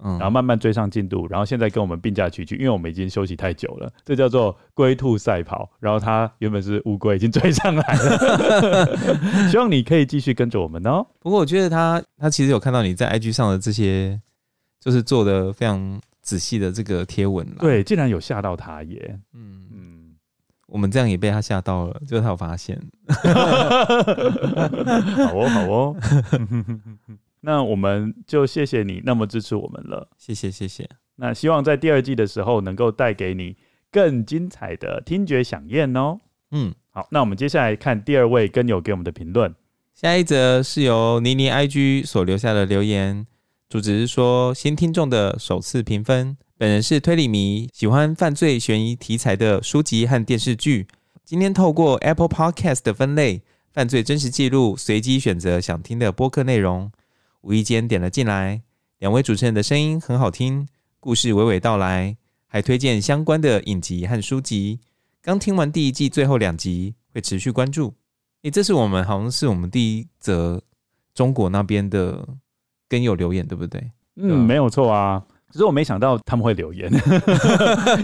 S1: 嗯，
S2: 然后慢慢追上进度，然后现在跟我们并驾齐驱，因为我们已经休息太久了，这叫做龟兔赛跑。然后他原本是乌龟，已经追上来 了。希望你可以继续跟着我们哦。
S1: 不过我觉得他他其实有看到你在 IG 上的这些，就是做的非常仔细的这个贴文啦。，
S2: 对，竟然有吓到他耶。
S1: 嗯，
S2: 嗯，
S1: 我们这样也被他吓到了，就是他有发现。
S2: 好哦，好哦。 那我们就谢谢你那么支持我们了。
S1: 谢谢谢谢，
S2: 那希望在第二季的时候能够带给你更精彩的听觉飨宴哦。
S1: 嗯，
S2: 好，那我们接下来看第二位跟友给我们的评论。
S1: 下一则是由妮妮 IG 所留下的留言，主旨是说新听众的首次评分。本人是推理迷，喜欢犯罪悬疑题材的书籍和电视剧。今天透过 Apple Podcast 的分类“犯罪真实记录”，随机选择想听的播客内容，无意间点了进来。两位主持人的声音很好听，故事娓娓道来，还推荐相关的影集和书籍。刚听完第一季最后两集，会持续关注。诶，这是我们好像是我们第一则中国那边的跟友留言，对不对？对啊
S2: 嗯，没有错啊。只是我没想到他们会留 言，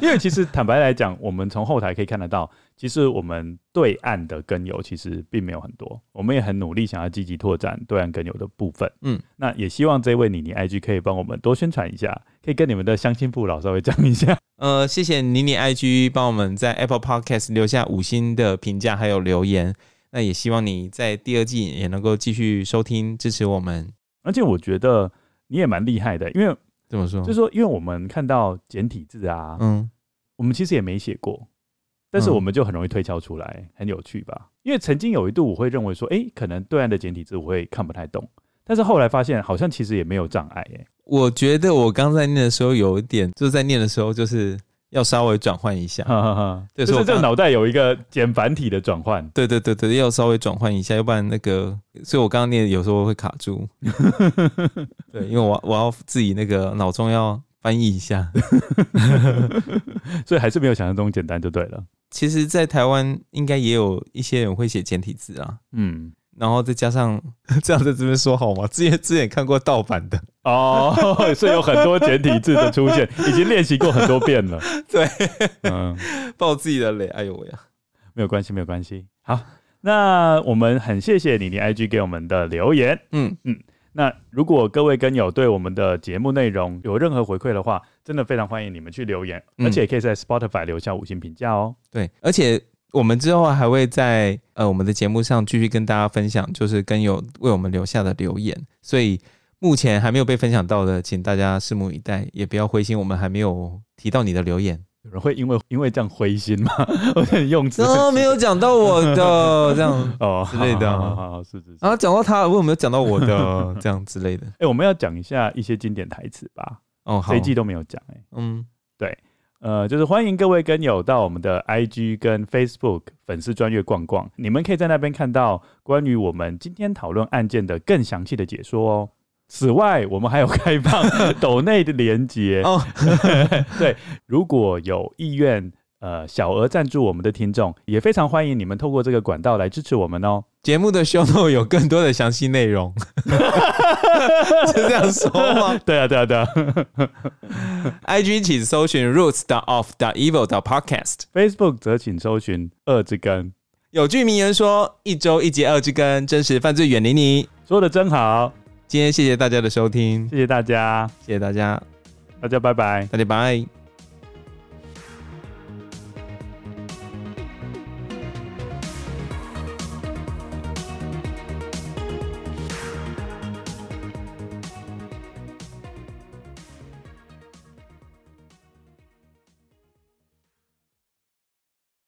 S2: 因为其实坦白来讲，我们从后台可以看得到，其实我们对岸的跟友其实并没有很多，我们也很努力想要积极拓展对岸跟友的部分。
S1: 嗯，
S2: 那也希望这位妮妮 IG 可以帮我们多宣传一下，可以跟你们的乡亲父老稍微讲一下。
S1: 呃，谢谢妮妮 IG 帮我们在 Apple Podcast 留下五星的评价还有留言。那也希望你在第二季也能够继续收听支持我们。
S2: 而且我觉得你也蛮厉害的，因为
S1: 这么说，
S2: 就是说，因为我们看到简体字啊，
S1: 嗯，
S2: 我们其实也没写过，但是
S1: 嗯
S2: 我们就很容易推敲出来，很有趣吧？因为曾经有一度我会认为说，诶，可能对岸的简体字我会看不太懂，但是后来发现好像其实也没有障碍、诶，
S1: 我觉得我刚在念的时候有一点，就是在念的时候就是要稍微转换一下。
S2: 哈哈哈，
S1: 对
S2: 就
S1: 所以
S2: 是
S1: 我
S2: 这
S1: 刚
S2: 脑袋有一个简繁体的转换，
S1: 对对对对，要稍微转换一下，要不然那个，所以我刚刚念有时候会卡 住。对，因为我我要自己那个脑中要翻译一下。
S2: 所以还是没有想象中简单就对了。
S1: 其实，在台湾应该也有一些人会写简体字啊，
S2: 嗯，
S1: 然后再加上 这样在这边说好吗？之前之前看过盗版的，
S2: 哦， 所以有很多简体字的出现，已经练习过很多遍了。
S1: 对，
S2: 嗯。
S1: 爆自己的雷，哎呦喂呀！
S2: 没有关系，没有关系。好，那我们很谢谢你的 IG 给我们的留言。
S1: 嗯，
S2: 那如果各位跟友对我们的节目内容有任何回馈的话，真的非常欢迎你们去留言，
S1: 嗯
S2: 而且也可以在 Spotify 留下五星评价哦。
S1: 对，而且我们之后还会在呃我们的节目上继续跟大家分享，就是跟有为我们留下的留言，所以目前还没有被分享到的，请大家拭目以待，也不要灰心，我们还没有提到你的留言，
S2: 有人会因为因为这样灰心吗？我的用词
S1: 哦，没有讲到我的这样
S2: 哦
S1: 之类的 啊
S2: 好好好好是是是。哎、
S1: 啊，讲到他，为什么没有讲到我的这样之类的？
S2: 我们要讲一下一些经典台词吧。
S1: 哦，好
S2: 这一，季都没有讲哎、
S1: 嗯，
S2: 呃，就是欢迎各位跟友到我们的 IG 跟 Facebook 粉丝专业逛逛，你们可以在那边看到关于我们今天讨论案件的更详细的解说哦。此外，我们还有开放 抖内的连接，
S1: 哦，
S2: 如果有意愿呃小额赞助我们的听众，也非常欢迎你们透过这个管道来支持我们哦。
S1: 节目的 show note 有更多的详细内容， 是这样说吗
S2: 对啊，对啊，对啊。
S1: ？IG 请搜寻 roots of evil podcast。
S2: Facebook 则请搜寻“二之根
S1: 有句名言说：“一周一集二之根，真实犯罪远离你。”
S2: 说的真好，”
S1: 今天谢谢大家的收听，
S2: 谢谢大家，
S1: 谢谢大家，
S2: 大家拜拜。
S1: 大家拜。